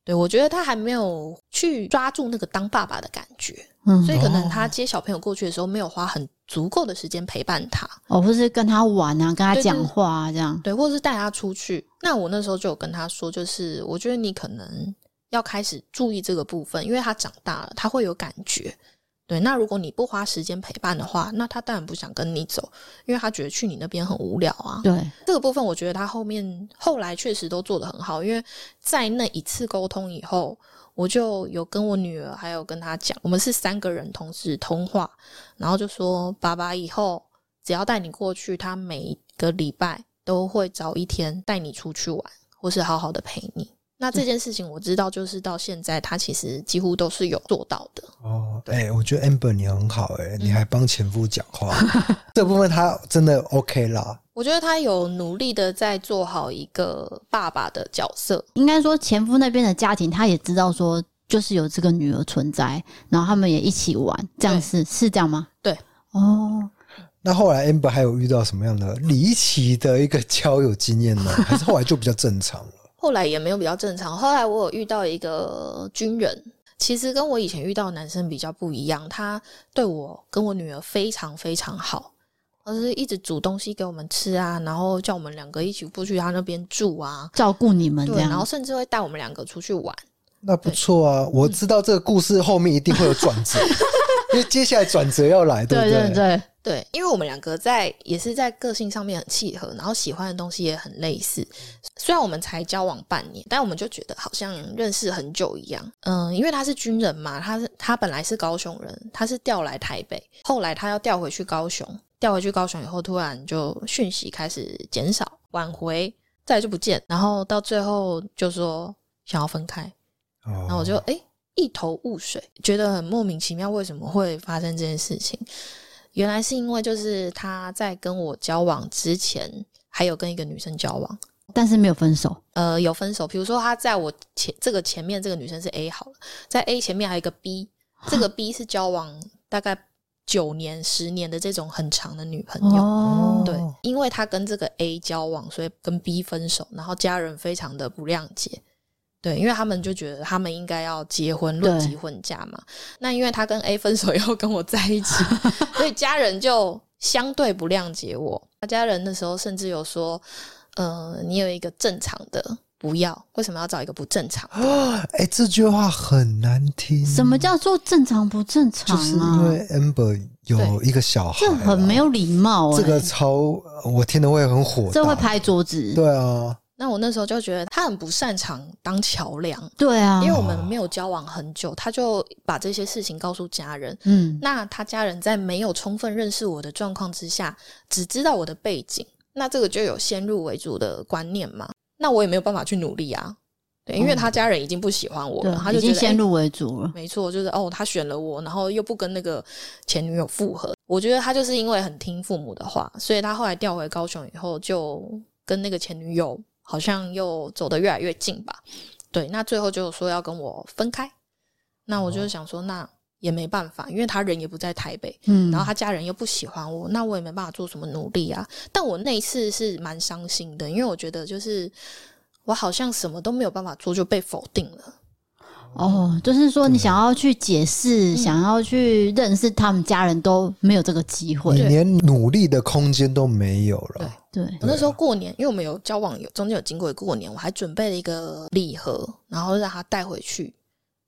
对我觉得他还没有去抓住那个当爸爸的感觉，
嗯
所，以可能他接小朋友过去的时候，没有花很足够的时间陪伴他，
哦，或是跟她玩啊，跟她
对对
讲话啊，这样，
对，或者是带他出去。那我那时候就有跟他说，就是我觉得你可能要开始注意这个部分，因为他长大了，他会有感觉。对，那如果你不花时间陪伴的话，那他当然不想跟你走，因为他觉得去你那边很无聊啊。
对，
这个部分，我觉得他后面后来确实都做得很好，因为在那一次沟通以后，我就有跟我女儿还有跟她讲，我们是三个人同时通话，然后就说爸爸以后只要带你过去，他每个礼拜都会找一天带你出去玩，或是好好的陪你。那这件事情我知道，就是到现在他其实几乎都是有做到的。
哦，哎、我觉得 Amber 你很好、哎、你还帮前夫讲话，这部分他真的 OK 啦，
我觉得他有努力的在做好一个爸爸的角色，
应该说前夫那边的家庭，他也知道说就是有这个女儿存在，然后他们也一起玩，这样
对
是是这样吗？
对，
哦，
那后来 Amber 还有遇到什么样的离奇的一个交友经验呢？还是后来就比较正常了？
后来也没有比较正常。后来我有遇到一个军人，其实跟我以前遇到的男生比较不一样，他对我跟我女儿非常非常好，就是一直煮东西给我们吃啊，然后叫我们两个一起过去他那边住啊，
照顾你们嗯这
对，然后
样，
甚至会带我们两个出去玩。
那不错啊，我知道这个故事后面一定会有转折，因为接下来转折要来，对不
对对对，
对，因为我们两个在也是在个性上面很契合，然后喜欢的东西也很类似。虽然我们才交往半年，但我们就觉得好像认识很久一样。嗯，因为他是军人嘛，他是他本来是高雄人，他是调来台北，后来他要调回去高雄，调回去高雄以后，突然就讯息开始减少，挽回，再来就不见，然后到最后就说想要分开。
然
然后我就哎、诶一头雾水，觉得很莫名其妙，为什么会发生这件事情？原来是因为就是他在跟我交往之前，还有跟一个女生交往，
但是没有分手。
呃，有分手。比如说他在我前这个前面这个女生是 A 好了，在 A 前面还有一个 B，这个 B 是交往大概九年、十年的这种很长的女朋友。
哦，
对，因为他跟这个 A 交往，所以跟 B 分手，然后家人非常的不谅解。对，因为他们就觉得他们应该要结婚，论
对
及婚嫁嘛。那因为他跟 A 分手以后跟我在
[LAUGHS]
一起，所以家人就相对不谅解我。他家人那时候甚至有说：“呃，你有一个正常的，不要，为什么要找一个不正常的？”
[GASPS] 哎、这句话很难听，
什么叫做正常不正常
就是因
啊？
为 Amber 有一个小孩
这
啊，
很没有礼貌、欸，
这个超，我听了会很火大，
这会拍桌子。
对啊，
那我那时候就觉得他很不擅长当桥梁，
对啊
因为，我们没有交往很久，他就把这些事情告诉家人，
嗯，
那他家人在没有充分认识我的状况之下，只知道我的背景，那这个就有先入为主的观念嘛？那我也没有办法去努力啊，对，因为
嗯
他家人已经不喜欢我
对
了，，他
已
就觉
经
得
先
哎
入为主了。
没错，就是哦，他选了我，然后又不跟那个前女友复合。我觉得他就是因为很听父母的话，所以他后来调回高雄以后，就跟那个前女友好像又走得越来越近吧。对，那最后就说要跟我分开。那我就想说，那也没办法，因为他人也不在台北，
嗯，
然后他家人又不喜欢我，那我也没办法做什么努力啊。但我那一次是蛮伤心的，因为我觉得就是我好像什么都没有办法做，就被否定了。
哦，就是说你想要去解
嗯
释，想要去认识他们家人都没有这个机
你
会。
连努力的空间都没有
对
了，
对，啊
我那时候过年，因为我们有交往，有中间有经过一个过年，我还准备了一个礼盒，然后让他带回去。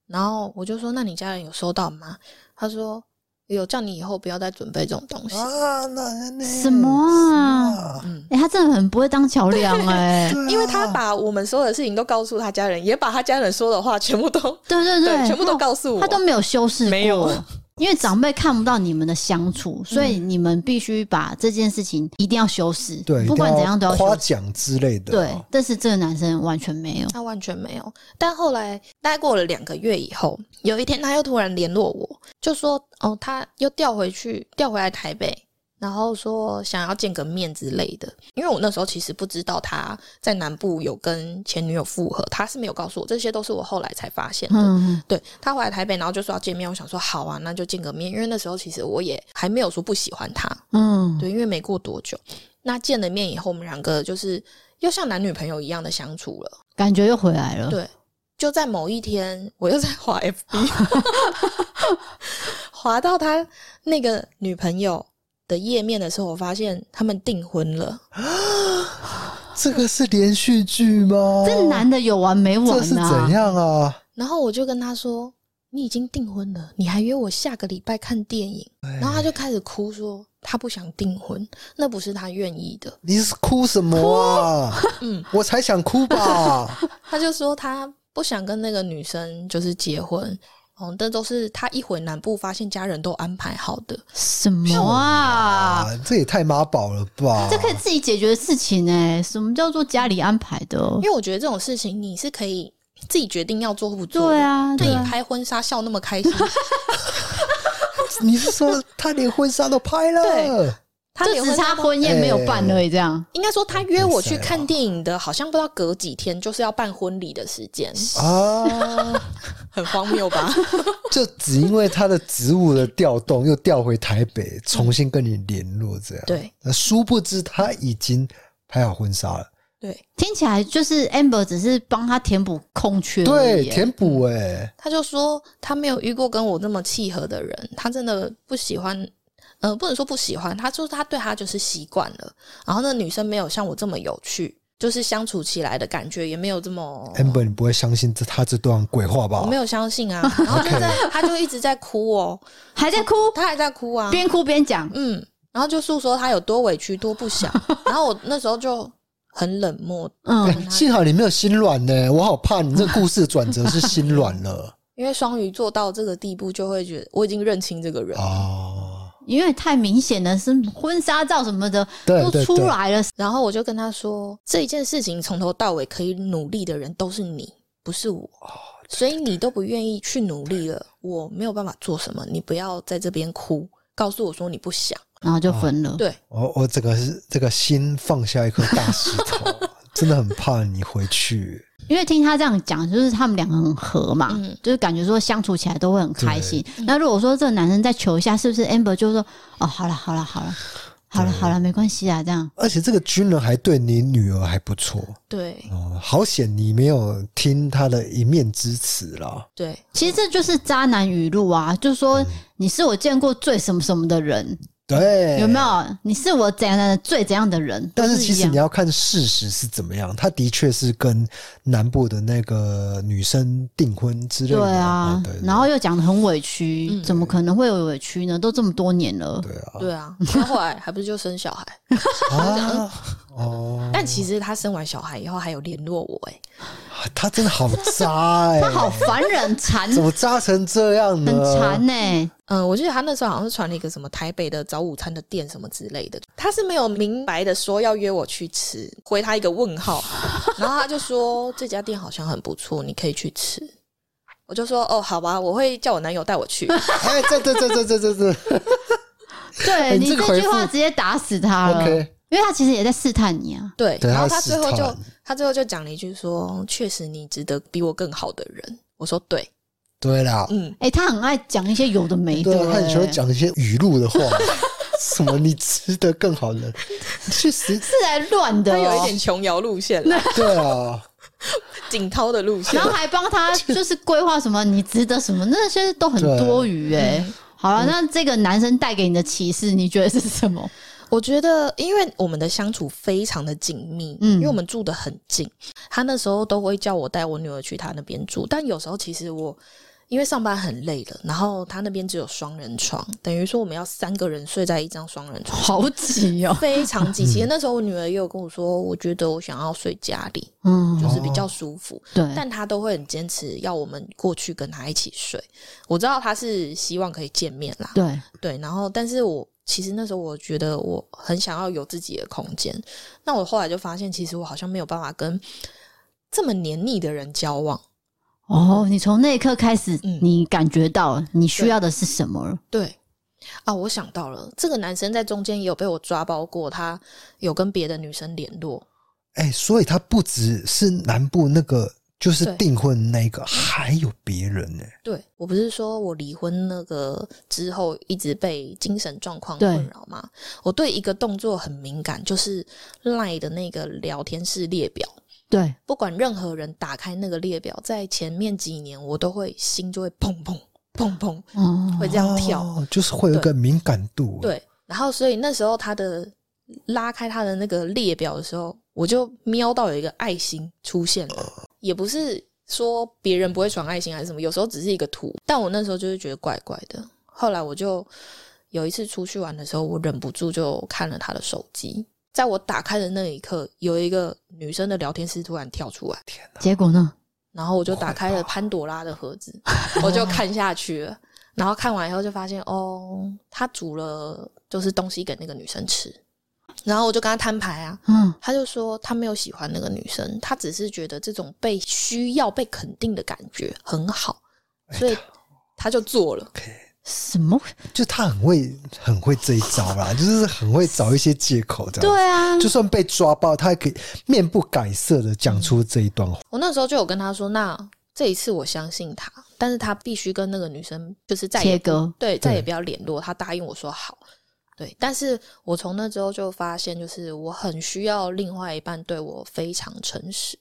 然后我就说：“那你家人有收到吗？”他说：“有，叫你以后不要再准备这种东西。
啊，那那
什么啊
什么啊
嗯，
哎、他真的很不会当桥梁哎、
对啊
因为他把我们所有的事情都告诉他家人，也把他家人说的话全部都
对对
[LAUGHS] 对全部都
他
告诉我。
他都没有修饰过，
没有嗯
因为长辈看不到你们的相处，所以你们必须把这件事情一定要修饰，
对，啊
不管
一定
怎样都要
夸
修饰。
奖之类的，
对，但是这个男生完全没有。
他完全没有。但后来大概过了两个月以后，有一天他又突然联络我，就说：“哦，他又调回去，调回来台北，然后说想要见个面之类的。”因为我那时候其实不知道他在南部有跟前女友复合，他是没有告诉我，这些都是我后来才发现的。
嗯，
对他回来台北，然后就说要见面，我想说好啊，那就见个面。因为那时候其实我也还没有说不喜欢他，
嗯，
对，因为没过多久，那见了面以后，我们两个就是又像男女朋友一样的相处了。
感觉又回来了。
对，就在某一天，我又在滑 FB，滑到他那个女朋友的页面的时候，我发现他们订婚了。
这个是连续剧吗？
这啊男的有完没完
这是怎
啊？
样啊？
然后我就跟他说：“你已经订婚了，你还约我下个礼拜看电影。”然后他
哎
就开始哭说：“他不想订婚，那不是他愿意的。
你是哭什么啊？
嗯，
我才想
[LAUGHS]
哭吧。
他就说他不想跟那个女生就是结婚。哦，这都是他一回南部发现家人都安排好的。
什么啊？
啊，这也太妈宝了吧！
这可以自己解决的事情哎、什么叫做家里安排的？哦
因为我觉得这种事情你是可以自己决定要做或不做的。
对啊， [LAUGHS]
那
对
你
啊，
拍婚纱笑那么开心，
你是说他连婚纱都拍了？
他
就
连
只
婚纱
差
都
婚宴
哎
没有办而已，这样。
应该说他约我去看电影的，好像不知道隔几天就是要办婚礼的时间，
啊，
[LAUGHS] 很荒
[LAUGHS]
谬吧？
就只因为他的职务的调动，又调回台北，重新跟你联络，这样。
对
那殊不知他已经拍好婚纱了，
对，
听起来就是 Amber 只是帮他填补空缺而
对，
已欸、
填补哎、
他就说他没有遇过跟我那么契合的人，他真的不喜欢。呃，不能说不喜欢，他就是他对他就是习惯了。然后那女生没有像我这么有趣，就是相处起来的感觉也哎没有这么。
Amber，你不会相信这他这段鬼话吧？
我没有相信啊，然后就在
[LAUGHS]
他就一直在哭哦，
还在哭，
他还在哭啊，
边哭边讲，
嗯，然后就诉说他有多委屈多不想， [LAUGHS] 然后我那时候就很冷漠，
嗯，
哎幸好你没有心软呢，我好怕你这故事的转折是心软了 [LAUGHS]
因为双鱼做到这个地步，就会觉得我已经认清这个人，
哦。
因为太明显了，是婚纱照什么的
对
都
对
出
对，
来了，
然后我就跟他说，这一件事情从头到尾可以努力的人都是你，不是我，所以你都不愿意去努力了，我没有办法做什么，你不要在这边哭，告诉我说你不想，
然后就分
哦
了。
对，
我我这个是这个心放下一颗大石头， [LAUGHS] 真的很怕你回去。
因为听他这样讲，就是他们两个很合嘛，
嗯
就是感觉说相处起来都会很开心。那如果说这个男生再求一下，是不是 Amber 就说哦，好了好了好了好了好了，没关系啊，这样
而且这个军人还对你女儿还不错
对
哦，好险你没有听他的一面之词啦。
对，
其实这就是渣男语录啊，就是
嗯
说你是我见过最什么什么的人，
对，
有没？有？你是我怎样的最怎样的人？
但
都
是
是
其
一
实
样
你要看事实是怎么样，他的确是跟南部的那个女生订婚之类的，
对啊
哦对，
然后又讲的很委屈，
嗯
怎么可能会有委屈呢？都这么多年了，
对啊，
对啊，他后来还不是就生小孩，
啊，哦，
但其实他生完小孩以后还有联络我、欸，
他真的好渣哎、
[LAUGHS] 他好啊烦人，馋，
[LAUGHS] 怎
很
么渣成这样呢？
馋呢、
嗯，我记得他那时候好像是传了一个什么台北的早午餐的店什么之类的，他是没有明白的说要约我去吃，回他一个问号，然后他就说这家店好像很不错，你可以去吃。我就说哦，好吧，我会叫我男友带我去。
哎，这这这这这这这
对
哎
你
你这个
这句
回复
话直接打死他了，
，OK，
因为他其实也在试探你啊。
对，
对
然后
他
他
是
最后就
团
他最后就讲了一句说，确实你值得比我更好的人。我说对，
对啦，
嗯，
哎、他很爱讲一些有的没的、
对啊，他很喜欢
欸
讲一些语录的话， [LAUGHS] 什么你吃的更好人，确实，
是来乱的、
他
哦，
有一点琼瑶路线啦，
对啊，
景涛的路
[LAUGHS]
线
然。后还帮他就是规划什么你值得什么，那些都很多余哎、
啊
好
嗯
了，那这个男生带给你的启示，你觉得是什么？
我觉得，因为我们的相处非常的紧密，
嗯
因为我们住得很近，他那时候都会叫我带我女儿去他那边住，但有时候其实我。因为上班很累了，然后他那边只有双人床，等于说我们要三个人睡在一张双
[LAUGHS]
人床，
好挤哦、
非常挤。
[LAUGHS]
其实那时候我女儿也有跟我说，我觉得我想要睡家里，
嗯，
就是比较舒服。
对，
但他都会很坚持要我们过去跟他一起睡。我知道他是希望可以见面啦，
对，
对，然后但是我其实那时候我觉得我很想要有自己的空间，那我后来就发现，其实我好像没有办法跟这么黏腻的人交往。
哦，你从那一刻开始，
嗯
你感觉到你需要的是什么了？
对，啊，我想到了，这个男生在中间也有被我抓包过，他有跟别的女生联络，
哎、所以他不只是南部那个，就是
对
订婚那个，还有别人哎呢、
对我不是说我离婚那个之后一直被精神状况
对
困扰吗？我对一个动作很敏感，就是赖的那个聊天室列表。
对，
不管任何人打开那个列表，在前面几年，我都会心就会砰砰砰砰
哦，
会这样跳。
哦，就是会有一个敏感度，，哎
对，然后所以那时候他的拉开他的那个列表的时候，我就瞄到有一个爱心出现了，也不是说别人不会传爱心还是什么，有时候只是一个图，但我那时候就是觉得怪怪的。后来我就有一次出去玩的时候，我忍不住就看了他的手机。在我打开的那一刻，有一个女生的聊天室突然跳出来，
结果呢？
然后我就打开了潘朵拉的盒子， [LAUGHS] 我就看下去了。然后看完以后就发现，哦，他煮了就是东西给那个女生吃，然后我就跟他摊牌啊，
嗯，
他就说他没有喜欢那个女生，他只是觉得这种被需要、被肯定的感觉很好，所以他就做了。
什么？
就他很会很会这一
[LAUGHS]
招啦，就是很会找一些借口这样。
对啊，
就算被抓包，他还可以面不改色的讲出这一段话。
我那时候就有跟他说，那这一次我相信他，但是他必须跟那个女生就是再也
切割
对，再也不要联络。他答应我说好，对。但是我从那之后就发现，就是我很需要另外一半对我非常诚实。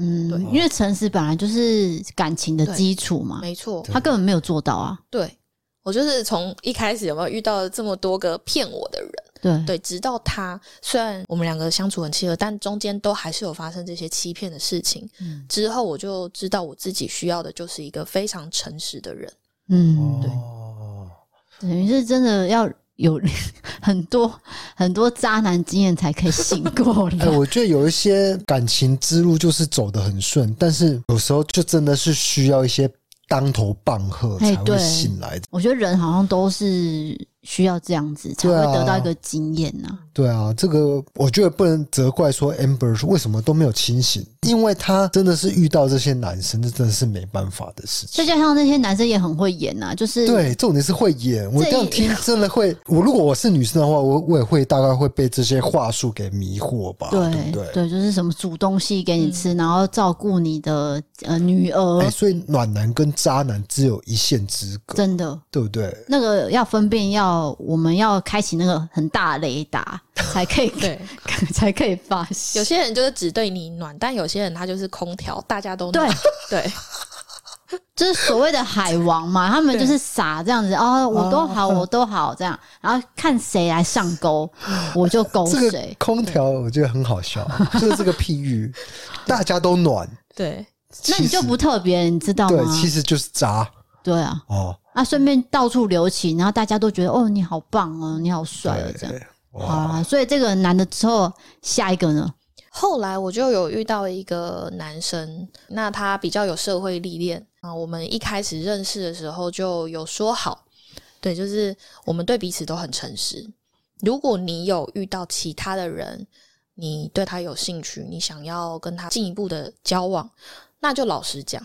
嗯
对，
因为诚实本来就是感情的基础嘛，
没错，
他根本没有做到啊。
对我就是从一开始有没有遇到这么多个骗我的人，
对
对，直到他虽然我们两个相处很契合，但中间都还是有发生这些欺骗的事情。
嗯
之后我就知道我自己需要的就是一个非常诚实的人。
嗯，
哦，
等于是真的要有 [LAUGHS] 很多很多渣男经验才可以醒
[LAUGHS]
过来
哎、。我觉得有一些感情之路就是走得很顺，但是有时候就真的是需要一些当头棒喝
哎
才会
对
醒来。
我觉得人好像都是需要这样子才会
对啊
得到一个经验呐、
对啊，这个我觉得不能责怪说 Amber 为什么都没有清醒，因为她真的是遇到这些男生，这真的是没办法的事
再
情。
加上那些男生也很会演呐、就是
对，重点是会演。
这
我这
一
样听真的会，我如果我是女生的话，我我也会大概会被这些话术给迷惑吧，对
对
不对？
就是什么煮东西给你
嗯
吃，然后照顾你的呃女儿，
哎、所以暖男跟渣男只有一线之隔，
真的。
对不对？
那个要分辨要，我们要开启那个很大的雷
[LAUGHS]
达，才可以
对，
[LAUGHS] 才可以发现。
有些人就是只对你暖，但有些人他就是空调，大家都
对
暖。， [LAUGHS] 对
就是所谓的海王嘛，他们就是傻这样子哦，我都好，我都好这样，然后看谁来上钩，我就勾
这个
哦谁。
空调我觉得很
[LAUGHS]
好笑，就是这个譬喻，大家都暖，
对
那你
其实
就不啊特别，你知道吗
对，？其实就是渣
对啊，
哦。
啊，顺便到处留情，然后大家都觉得哦，你好棒哦，你好帅哦，这样
对，
好啊。所以这个男的之后，下一个呢？
后来我就有遇到一个男生，那他比较有社会历练啊。我们一开始认识的时候就有说好，对，就是我们对彼此都很诚实。如果你有遇到其他的人，你对他有兴趣，你想要跟他进一步的交往，那就老实讲，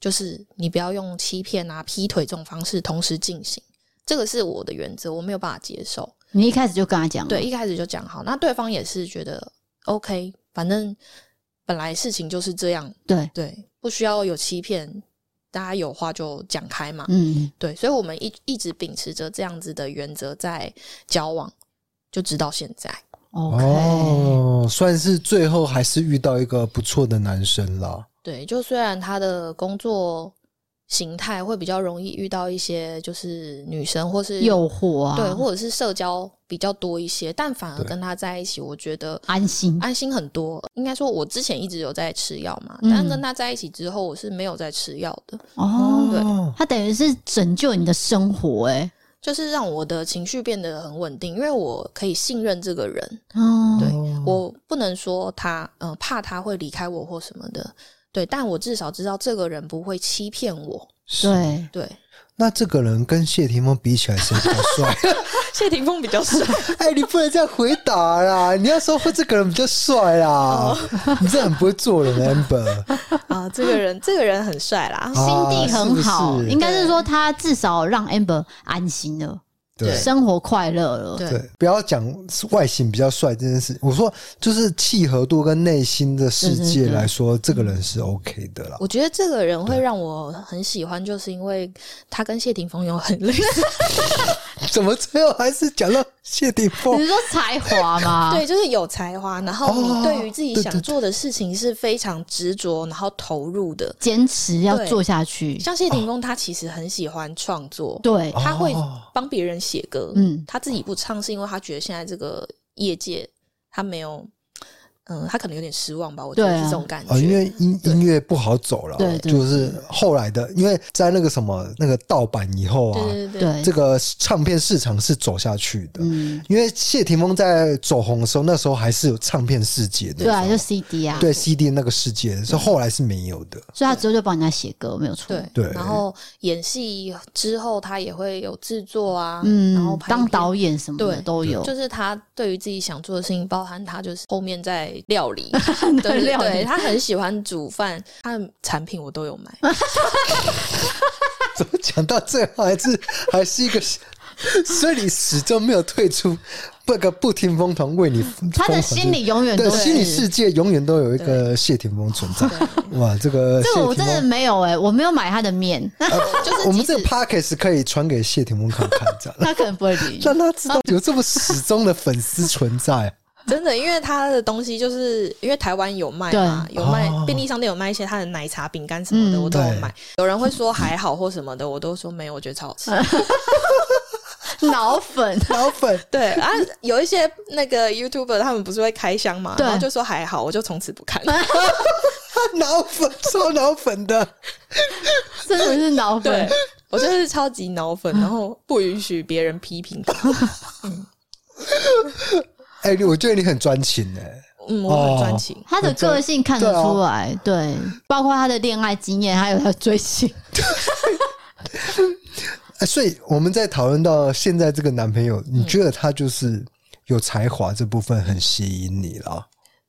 就是你不要用欺骗啊、劈腿这种方式同时进行。这个是我的原则，我没有办法接受。
你一开始就跟他讲了，
对，一开始就讲好，那对方也是觉得 OK，反正本来事情就是这样，
对，
对，不需要有欺骗，大家有话就讲开嘛，
嗯，
对，所以我们一一直秉持着这样子的原则在交往，就直到现在。
OK，、
哦，算是最后还是遇到一个不错的男生啦。
对，就虽然他的工作形态会比较容易遇到一些就是女生或是
诱惑啊，
对，或者是社交比较多一些，但反而
对
跟他在一起，我觉得
安心，
安心很多。应该说，我之前一直有在吃药嘛，
嗯
但跟他在一起之后，我是没有在吃药的，
哦，
对
哦，
他等于是拯救你的生活、欸，
就是让我的情绪变得很稳定，因为我可以信任这个人，
嗯，
对
哦
我不能说他，嗯、怕他会离开我或什么的，对，但我至少知道这个人不会欺骗我，
是。
对，
对。
那这个人跟谢霆锋比起来，谁比较
[LAUGHS]
帅？
[LAUGHS] 谢霆锋比较帅，
哎，你不能这样回答啦！你要说这个人比较帅
哦
啦，你这很不会做人，amber。
[LAUGHS] 啊，这个人，这个人很帅啦，
心地很
啊
好，
是不是
应该是说他至少让 Amber 安心了，
对
生活快乐了，
对
对，不要讲外形比较帅这件事，我说就是契合度跟内心的世
对对
界
对
来说，这
嗯
个人是 OK 的啦。
我觉得这个人会让我很喜欢，就是因为他跟谢霆锋有很类似
怎么最后还是讲到谢霆锋
[LAUGHS] 你？是说才华吗？
[LAUGHS] 对，就是有才华，然后
哦
你对于自己
对对
想做的事情是非常执着，然后投入的。
坚持要
对
做下去，
像谢霆锋，他其实很喜欢创作，
对，
他会
哦
帮别人写歌，
嗯
他自己不唱是因为他觉得现在这个业界他没有，嗯，他可能有点失望吧，我觉
对
得
啊
是这种感
哦，因
觉。
为音音乐不好走了，
对对
就是后来的，因为在那个什么那个盗版以后啊，
对对对
对，
这个唱片市场是走下去的。
嗯，
因为谢霆锋在走红的时候，那时候还是有唱片世界的，
对啊，就 CD 啊，
对 CD 那个世界，是后来是没有的。
所以他之后就帮人家写歌，没有错，
对
对
然后演戏之后，他也会有制作啊，然后
嗯，
拍
当
片
导演什么的
对
都有，
就是他对于自己想做的事情，包含他就是后面在料理，
在
对
料理
对，他很喜欢煮饭，他的产品我都有买， [LAUGHS]
怎么讲到最后还是还是一个，所以你始终没有退出那个不听风团为你疯
他的
狂的
心里永远
对
都
心理世
是。
界永远都有一个谢霆锋存在。哇，这个
这个我
谢
真的
霆锋。呃
没有哎、我没有买他的面，
就是
我们这个
即使
podcast 可以传给谢霆锋看看， [LAUGHS] 这样
他可能不会理你。
让他知道有这么始终的粉丝存 [LAUGHS] 在。啊
真的，因为他的东西就是因为台湾有卖嘛，有卖、
哦
便利商店有卖一些他的奶茶、饼干什么的，
嗯
我都有
对
[LAUGHS]
买。有人会说还好或什么的，我都说没有，我觉得超好吃。
脑粉，
老粉
对啊，有一些那个 YouTuber 他们不是会开箱嘛，
对
然后就说还好，我就从此不
[LAUGHS]
看。
脑粉超脑粉的，
真的是脑
对
粉。
我就是超级脑粉，然后不允许别人批评他。
哎、你我觉得你很专情哎、
嗯，我很专情。
他的个性看得
对啊
出来，对，包括他的恋爱经验，还有他的追
[LAUGHS]
星，
哎所以我们在讨论到现在这个男朋友，
嗯
你觉得他就是有才华这部分很吸引你了？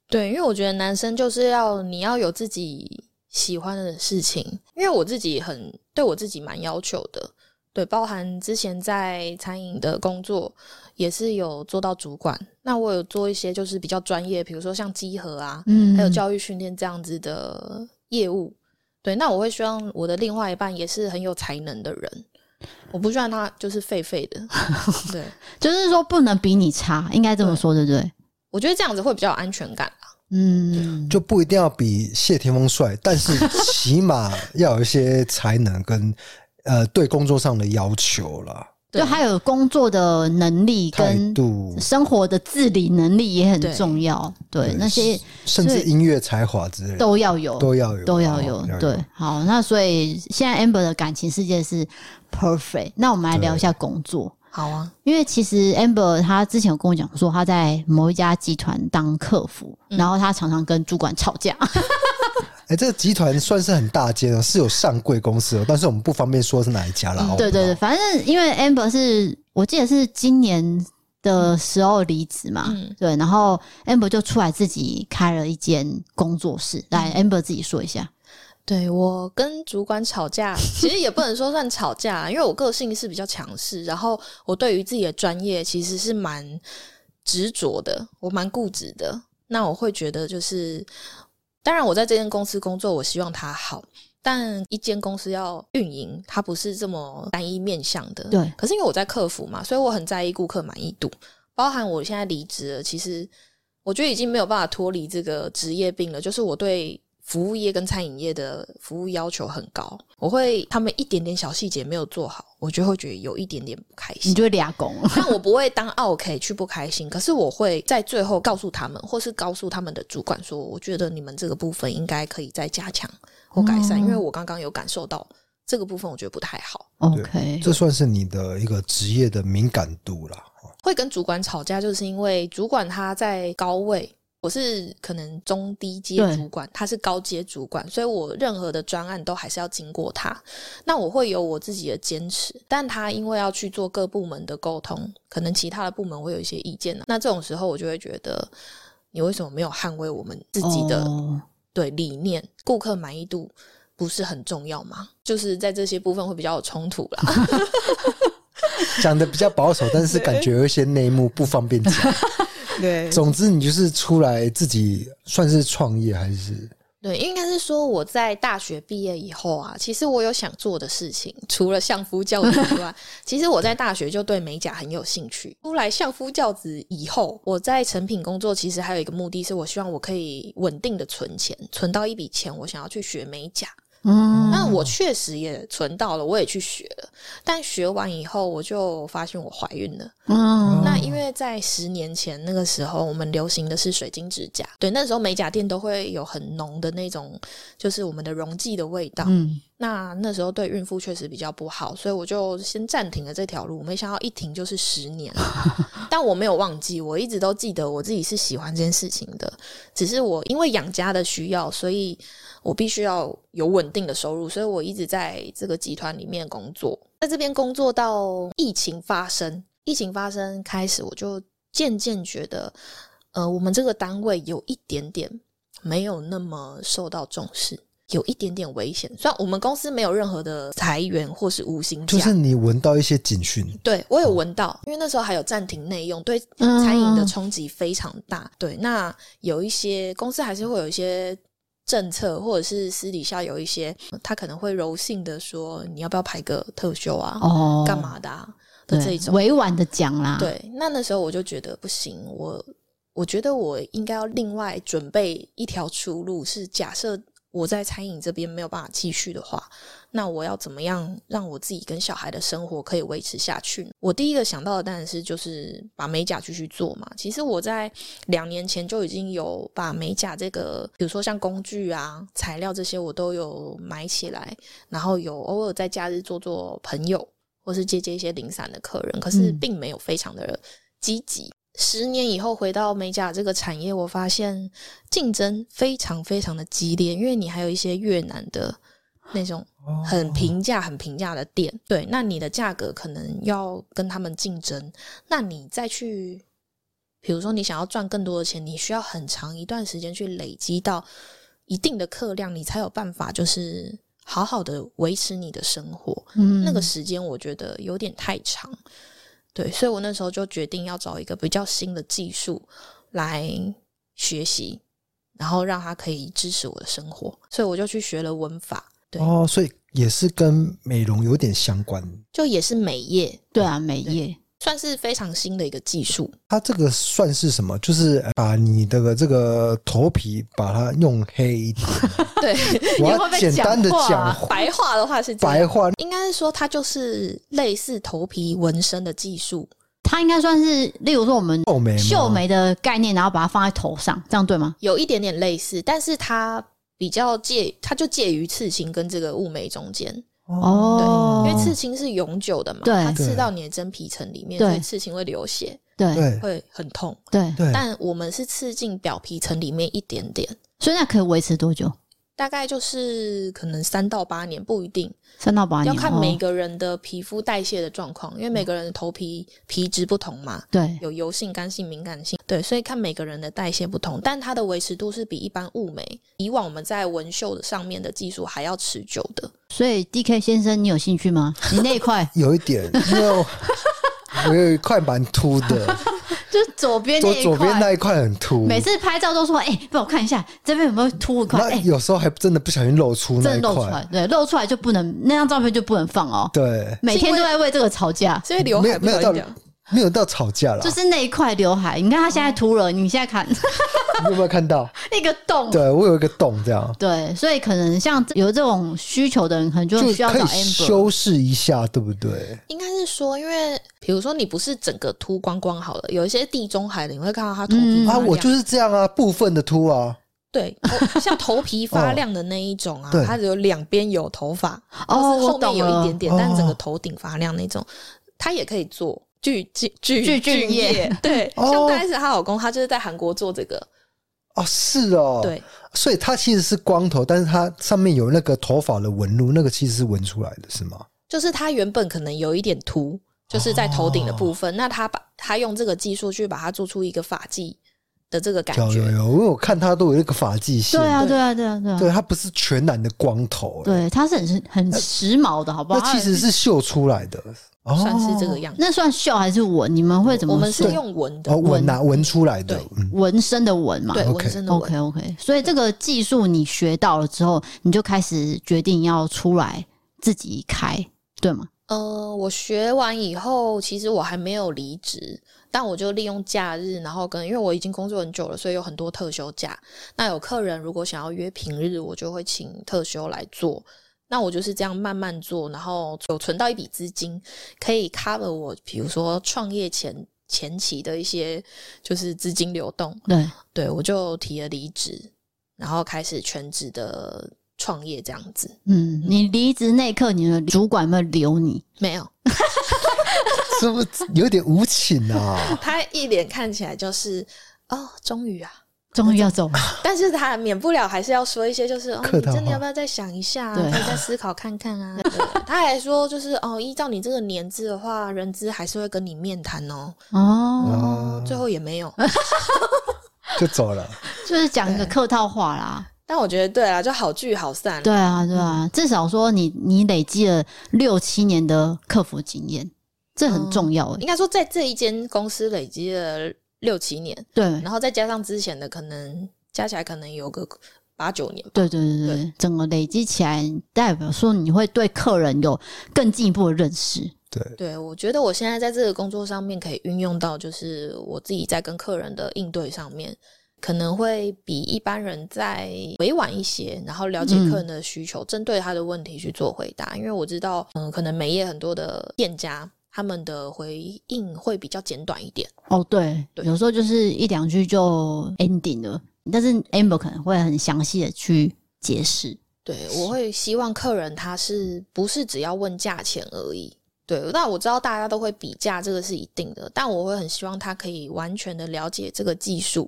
对，因为我觉得男生就是要你要有自己喜欢的事情，因为我自己很对我自己蛮要求的，对，包含之前在餐饮的工作也是有做到主管，那我有做一些就是比较专业，比如说像集合啊，
嗯，
还有教育训练这样子的业务。对，那我会希望我的另外一半也是很有才能的人，我不希望他就是废废的。 [LAUGHS] 对，
就是说不能比你差，应该这么说，对不对？
我觉得这样子会比较有安全感啊。
嗯，
就不一定要比谢霆锋帅，但是起码要有一些才能跟呃对工作上的要求啦，
对
就还有工作的能力
态
跟
度，
生活的自理能力也很
对
重要，对，
对
那些
甚
所
至
以
音乐才华之类的
都要有，
都要有，
都要
哦
有，对，好，那所以现在 Amber 的感情世界是 perfect，那我们来聊一下工作。
好啊，
因为其实 Amber 她之前有跟我讲说，她在某一家集团当客服，
嗯
然后她常常跟主管吵 [LAUGHS] 架。
哎、这个集团算是很大间哦，是有上柜公司哦，但是我们不方便说是哪一家啦。哦
嗯对对对，，反正因为 Amber 是我记得是今年的时候离职嘛，
嗯
对，然后 Amber 就出来自己开了一间工作室。来、a
嗯
m b e r 自己说一下，
对我跟主管吵架，其实也不能说算吵架啊，因为我个性是比较强势，然后我对于自己的专业其实是蛮执着的，我蛮固执的。那我会觉得就是，当然我在这间公司工作，我希望它好。但一间公司要运营，它不是这么单一面向的。
对
可是因为我在客服嘛，所以我很在意顾客满意度，包含我现在离职了，其实我觉得已经没有办法脱离这个职业病了，就是我对。服务业跟餐饮业的服务要求很高，我会他们一点点小细节没有做好，我就会觉得有一点点不开心。
你就会俩拱。
但我不会当 OK 去不开心，可是我会在最后告诉他们，或是告诉他们的主管说，我觉得你们这个部分应该可以再加强或改善，
哦
因为我刚刚有感受到这个部分，我觉得不太好。
OK，
这算是你的一个职业的敏感度啦。
会跟主管吵架，就是因为主管他在高位。我是可能中低阶
对
主管，他是高阶主管，所以我任何的专案都还是要经过他。那我会有我自己的坚持，但他因为要去做各部门的沟通，可能其他的部门会有一些意见、啊、那这种时候，我就会觉得你为什么没有捍卫我们自己的、
哦
对理念？顾客满意度不是很重要吗？就是在这些部分会比较有冲突啦。 [LAUGHS]
讲的比较保守，但是感觉有一些内幕不方便讲。
对
总之，你就是出来自己算是创业还是
对，应该是说我在大学毕业以后啊，其实我有想做的事情，除了相夫教子之外，其实我在大学就对美甲很有兴趣。出来相夫教子以后，我在成品工作，其实还有一个目的是我希望我可以稳定的存钱，存到一笔钱，我想要去学美甲。
嗯，
那我确实也存到了，我也去学了，但学完以后，我就发现我怀孕了。
嗯，
那因为在十年前那个时候，我们流行的是水晶指甲，对，那时候美甲店都会有很浓的那种，就是我们的溶剂的味道。
嗯，
那那时候对孕妇确实比较不好，所以我就先暂停了这条路。没想到一停就是十年，但我没有忘记，我一直都记得我自己是喜欢这件事情的。只是我因为养家的需要，所以我必须要有稳定的收入，所以我一直在这个集团里面工作。在这边工作到疫情发生，疫情发生开始，我就渐渐觉得，呃，我们这个单位有一点点没有那么受到重视。有一点点危险，虽然我们公司没有任何的裁员或是无薪假，
就是你闻到一些警讯？
对我有闻到，因为那时候还有暂停内用，对
嗯
餐饮的冲击非常大。对，那有一些公司还是会有一些政策，或者是私底下有一些，他可能会柔性的说，你要不要排个特休啊，
哦，
干？嘛的啊的这
对
一，种。
委婉的讲啦，，
对，那那时候我就觉得不行，我我觉得我应该要另外准备一条出路，是假设我在餐饮这边没有办法继续的话，那我要怎么样让我自己跟小孩的生活可以维持下去呢？我第一个想到的当然是就是把美甲继续做嘛。其实我在两年前就已经有把美甲这个，比如说像工具啊、材料这些，我都有买起来，然后有偶尔在假日做做朋友，或是接接一些零散的客人，可是
嗯
并没有非常的积极。十年以后回到美甲这个产业，我发现竞争非常非常的激烈，因为你还有一些越南的那种
哦
很平价、很平价的店，对，那你的价格可能要跟他们竞争，那你再去，比如说你想要赚更多的钱，你需要很长一段时间去累积到一定的客量，你才有办法就是好好的维持你的生活。
嗯
那个时间我觉得有点太长，对，所以我那时候就决定要找一个比较新的技术来学习，然后让它可以支持我的生活，所以我就去学了文法。对，
哦，所以也是跟美容有点相关。
就也是美业，
对啊，美业
算是非常新的一个技术。
它这个算是什么？就是呃把你的这个头皮把它弄黑
[LAUGHS]
一点。
对，
我
你会不
要
会
简单的
讲话
讲
白话的话是这样
白话，
应该是说它就是类似头皮纹身的技术。
它应该算是，例如说我们
秀眉吗
秀眉的概念，然后把它放在头上，这样对吗？
有一点点类似，但是它比较介，它就介于刺青跟这个雾眉中间，
哦
因为刺青是永久的嘛，
对
它刺到你的真皮层里面，
对
所以刺青会流血，
对
哦对
会很痛。
对，
对，
但我们是刺进表皮层里面一点点，
所以那可以维持多久？
大概就是可能三到八年，不一定，
三到
啊
八
要
年，
看每
哦
个人的皮肤代谢的状况，因为每个人的头皮皮质不同嘛，
对
有油性、干性、敏感性，对，所以看每个人的代谢不同，但它的维持度是比一般雾眉以往我们在纹绣的上面的技术还要持久的。
所以 D K 先生，你有兴趣吗？你那一
[LAUGHS]
块
有一点，因为我 [LAUGHS] 我有一块蛮凸
[LAUGHS]
的，
就是左边
左左边那一块很凸，
每次拍照都说：“哎、帮我看一下这边有没有凸一块？”
那
哎、
有时候还真的不小心露出那
真
一
的露出
块
来，，对，露出来就不能那张照片就不能放哦。
对，
每天都在为这个吵架，
所以刘海不
没有没有
小
道
心
理
讲，
没有到吵架啦，
就是那一块刘海。你看他现在秃了，你现在看 [LAUGHS]
你有没有看到？
那个洞。
对我有一个洞，这样
对，所以可能像有这种需求的人，可能就
就
需要
可
找
以
Amber。哦
修饰一下，对不对？
应该是说，因为比如说你不是整个秃光光好了，有一些地中海的你会看到它头皮
嗯
发
啊，
亮
我就是这样啊，部分的凸啊，
对，头像头皮发亮的那一种啊
哦 [LAUGHS] 对，
它只有两边有头发，
哦
或是
我
后面
懂
有
了
一点点，但
哦
整个头顶发亮那种，它也可以做巨巨
巨
巨
俊业
业。对，
哦
像大 S 她老公，他就是在韩国做这个，
哦，是哦，，
对，
所以它其实是光头，但是它上面有那个头发的纹路，那个其实是纹出来的，是吗？
就是他原本可能有一点秃，就是在头顶的部
哦
分，那他把他用这个技术去把它做出一个发髻的这个感
有
觉，
有有，因为我看它都有那个发际线，
对啊，对啊，对啊，对啊，
对，它不是全然的光头、欸，
对，他是很很时髦的，好不好？
那其实是秀出来的，哦
算是这个样子。
那算秀还是纹？你们会怎么
我
说？
们是用纹的
哦，，纹啊纹出来的
对，
嗯，
纹身的纹嘛？
对，
OK
纹身的纹。
OK OK，所以这个技术你学到了之后，你就开始决定要出来自己开，对吗？
呃，我学完以后，其实我还没有离职，但我就利用假日，然后跟因为我已经工作很久了，所以有很多特休假。那有客人如果想要约平日，我就会请特休来做。那我就是这样慢慢做，然后有存到一笔资金，可以 cover 我，比如说创业前前期的一些就是资金流动。
对，
对我就提了离职，然后开始全职的创业这样子。
嗯，你离职那一刻，你的主管有没有留你？
没有，
是不是有点无情啊？
他一脸看起来就是哦，终于啊！ [LAUGHS]
终于要
[LAUGHS]
走了，
但是他免不了还是要说一些，就是哦，
客
你
套
真的
话
要不要再想一下、啊，
对
可以再思考看看啊。 [LAUGHS] 对他还说就是哦，依照你这个年资的话，人资还是会跟你面谈哦。
哦，
嗯
哦，最后也没有。 [LAUGHS]
啊就走了，
就是讲
哎
个客套话啦。
但我觉得对啊，就好聚好散。
对啊，对啊，至少说你你累积了六七年的客服经验，这很重要欸诶、
应该说在这一间公司累积了六七年，
对，
然后再加上之前的，可能加起来可能有个八九年吧。
对对对对，整个累积起来，代表说你会对客人有更进一步的认识。
对，
对，我觉得我现在在这个工作上面可以运用到，就是我自己在跟客人的应对上面，可能会比一般人再委婉一些，然后了解客人的需求，针对他的问题去做回答。因为我知道，嗯、可能美业很多的店家。他们的回应会比较简短一点，
哦，对，
对
有时候就是一两句就 ending 了，但是 Amber 可能会很详细的去解释。
对我会希望客人他是不是只要问价钱而已？对，那我知道大家都会比价，这个是一定的，但我会很希望他可以完全的了解这个技术，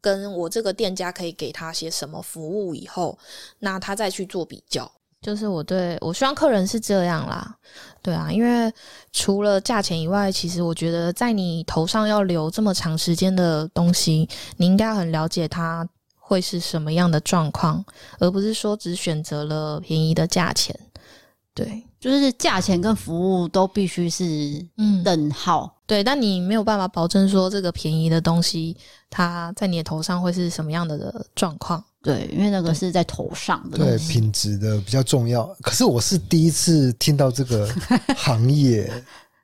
跟我这个店家可以给他些什么服务以后，那他再去做比较。就是我对我希望客人是这样啦，对啊，因为除了价钱以外，其实我觉得在你头上要留这么长时间的东西，你应该很了解它会是什么样的状况，而不是说只选择了便宜的价钱。对，
就是价钱跟服务都必须是
嗯
等号，
对，但你没有办法保证说这个便宜的东西，它在你的头上会是什么样的的状况。
对，因为那个
对
是在头上的
对
东西。
品质的比较重要。可是我是第一次听到这个行业，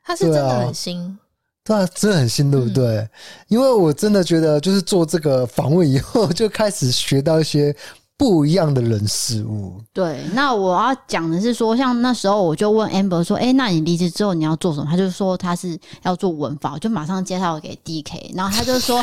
它是真
对
的
啊
很新，
对啊，真的很新，对不对？因为我真的觉得，就是做这个访问以后，就开始学到一些不一样的人事物。
对，那我要讲的是说，像那时候我就问 Amber 说：“哎、那你离职之后你要做什么？”他就说他是要做文法，我就马上介绍给 DK，然后他就
[LAUGHS]
说，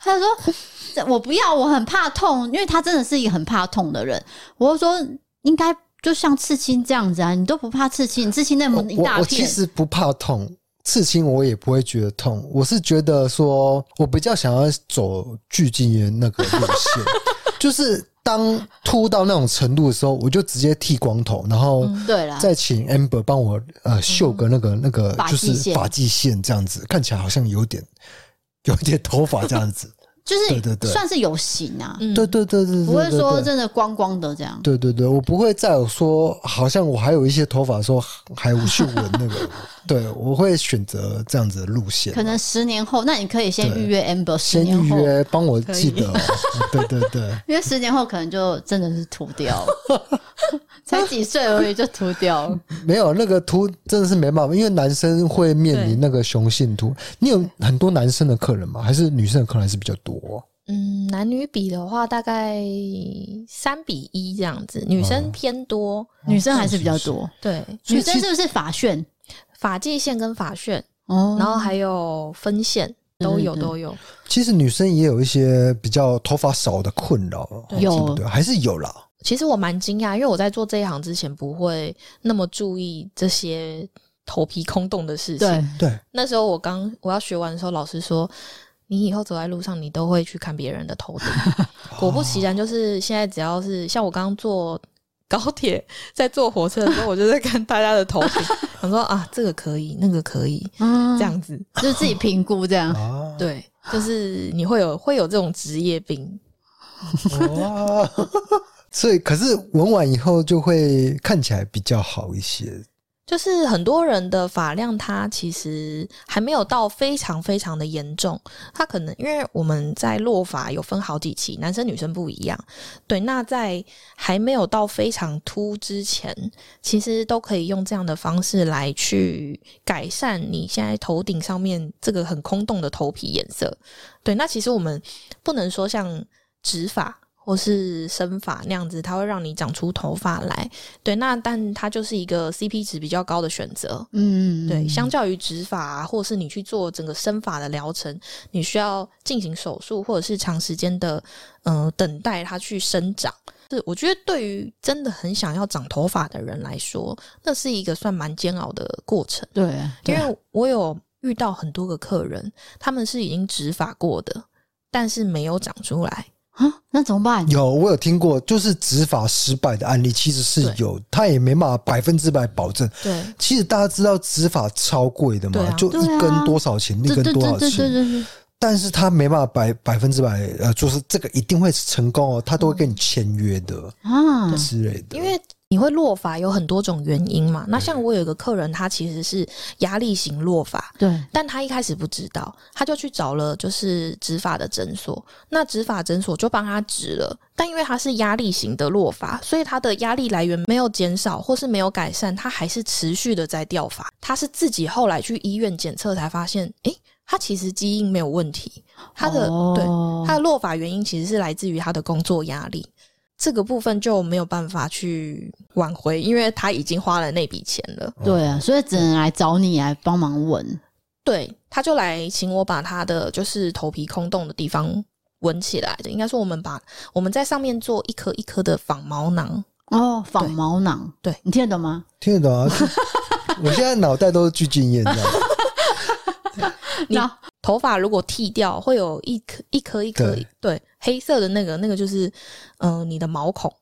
他就说这我不要，我很怕痛，因为他真的是一个很怕痛的人。我就说应该就像刺青这样子啊，你都不怕刺青，你刺青那么
我
嗯一
我
大
我其
片，
实不怕痛，刺青我也不会觉得痛。我是觉得说，我比较想要走聚精的那个路
[LAUGHS]
线，就是当秃到那种程度的时候，我就直接剃光头，然后、
对啦，
再请 Amber 帮我呃绣个那个、那个
嗯发
就
际
是
线
发际线这样子，看起来好像有点有点头发这样子。
就是
对对对
算是有型啊，
嗯
对对对对对，
不会
对
说
对
真的光光的这样。
对对对，我不会再有说好像我还有一些头发说还无去纹那
[LAUGHS]
个，对我会选择这样子的路线，
可能十年后，那你可以先
对
预约 Amber，十
先
年
预
后。
约，帮我记得、哦。对对对，
因为十年后可能就真的是秃掉了， [LAUGHS] 才几岁而已就秃掉
[LAUGHS]
了。
没有那个秃真的是没办法，因为男生会面临那个雄性秃。你有很多男生的客人吗？还是女生的客人还是比较多、哦
嗯，男女比的话大概三比一这样子，女
哦
生偏多，
女生还是比较多，
对，
女生是不是发旋？
发际线跟发旋，
哦，
然后还有分线都有都有，
其实女生也有一些比较头发少的困扰，
对
对不对？还是有啦。
其实我蛮惊讶，因为我在做这一行之前不会那么注意这些头皮空洞的事情。
对，
对，
那时候我刚我要学完的时候，老师说你以后走在路上，你都会去看别人的头顶。果不其然，就是现在只要是像我刚刚坐高铁，在坐火车的时候，我就在看大家的头顶， [LAUGHS] 想说啊，这个可以，那个可以，
嗯
这样子。
就是自己评估这
哦
样。
啊，
对，就是你会有会有这种职业病。
哇哦所以可是纹完以后就会看起来比较好一些。
就是很多人的发量，它其实还没有到非常非常的严重，它可能因为我们在落发有分好几期，男生女生不一样，对。那在还没有到非常秃之前，其实都可以用这样的方式来去改善你现在头顶上面这个很空洞的头皮颜色。对，那其实我们不能说像植发。或是生发那样子，它会让你长出头发来，对，那但它就是一个 CP 值比较高的选择。
嗯，
对，相较于植发、啊，或是你去做整个生发的疗程，你需要进行手术，或者是长时间的嗯、呃等待它去生长。是，我觉得对于真的很想要长头发的人来说，那是一个算蛮煎熬的过程。
对，啊
因为我有遇到很多个客人，他们是已经植发过的，但是没有长出来。
啊，那怎么办？
有我有听过，就是执法失败的案例，其实是
对
有，他也没办法百分之百保证。
对，
其实大家知道执法超贵的嘛，
对啊
就一
对啊
根多少钱，一
对
根
对
多
对
少
对对
钱，
对，
但是他没办法百百分之百，呃，就是这个一定会成功哦，他都会跟你签约的、
啊，
之类的。
嗯因为你会落发有很多种原因嘛。那像我有一个客人，他其实是压力型落发，
对，
但他一开始不知道，他就去找了就是植发的诊所，那植发诊所就帮他植了，但因为他是压力型的落发，所以他的压力来源没有减少或是没有改善，他还是持续的在掉发。他是自己后来去医院检测才发现，诶，他其实基因没有问题，他的、对。
哦
落法原因其实是来自于他的工作压力，这个部分就没有办法去挽回，因为他已经花了那笔钱了。
对啊，所以只能来找你来帮忙问。
对，他就来请我把他的就是头皮空洞的地方纹起来的。应该说，我们把我们在上面做一颗一颗的仿毛囊。
哦，仿毛囊，
对对
你听得懂吗？
听得懂啊？就
[LAUGHS]
我现在脑袋都是聚精验这样，
你
那
头发如果剃掉，会有一颗一颗一颗
对
对黑色的那个那个就是嗯、呃你的毛孔。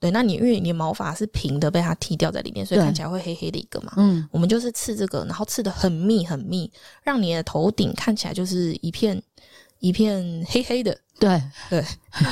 对，那你因为你的毛发是平的，被它剃掉在里面，所以
对
看起来会黑黑的一个嘛。
嗯，
我们就是刺这个，然后刺的很密很密，让你的头顶看起来就是一片一片黑黑的，
对，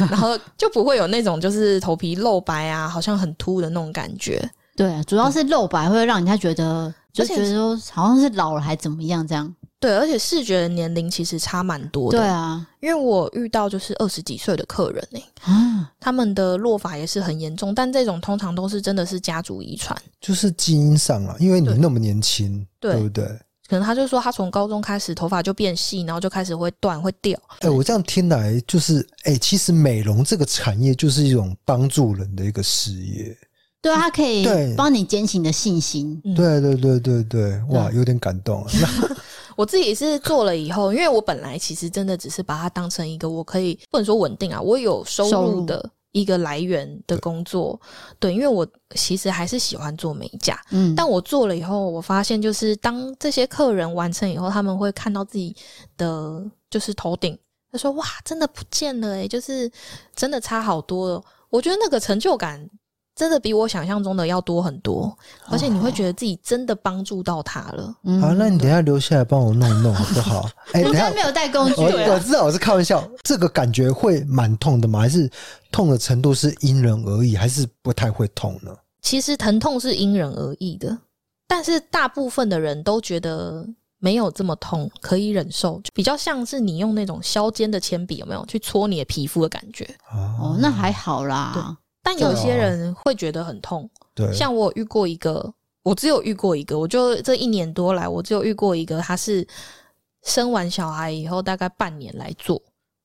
然后就不会有那种就是头皮露白啊，好像很秃的那种感觉。
对，啊主要是露白会让人家觉得，就
而且
觉得说好像是老了还怎么样这样。
对，而且视觉的年龄其实差蛮多的。
对，啊，
因为我遇到就是二十几岁的客人呢、欸
啊，
他们的落发也是很严重，但这种通常都是真的是家族遗传。
就是基因上啊，因为你
对
那么年轻，
对
对不对？
可能他就说他从高中开始头发就变细，然后就开始会断会掉。
哎、我这样听来就是，哎、其实美容这个产业就是一种帮助人的一个事业。
对啊，它可以
对
帮你坚强你的信心。
嗯
对对对对对，哇，有点感
[LAUGHS]
动啊。那
我自己是做了以后，因为我本来其实真的只是把它当成一个我可以不能说稳定啊，我有收
收
入
入
的一个来源的工作。对，因为我其实还是喜欢做美甲，
嗯，
但我做了以后，我发现就是当这些客人完成以后，他们会看到自己的就是头顶，他说哇，真的不见了诶、就是真的差好多了。我觉得那个成就感真的比我想象中的要多很多，而且你会觉得自己真的帮助到他了。
嗯
好，那你等一下留下来帮我弄一弄好不好？
[LAUGHS]
哎、
人
等一
家
下
没。有带工具
我
啊，
我知道我是开玩笑，这个感觉会蛮痛的吗？还是痛的程度是因人而异，还是不太会痛呢？
其实疼痛是因人而异的，但是大部分的人都觉得没有这么痛，可以忍受，就比较像是你用那种削尖的铅笔，有没有去戳你的皮肤的感觉？
啊
哦，那还好啦。
但有些人会觉得很痛，
对，
像我有遇过一个，我只有遇过一个，我就这一年多来，我只有遇过一个，他是生完小孩以后大概半年来做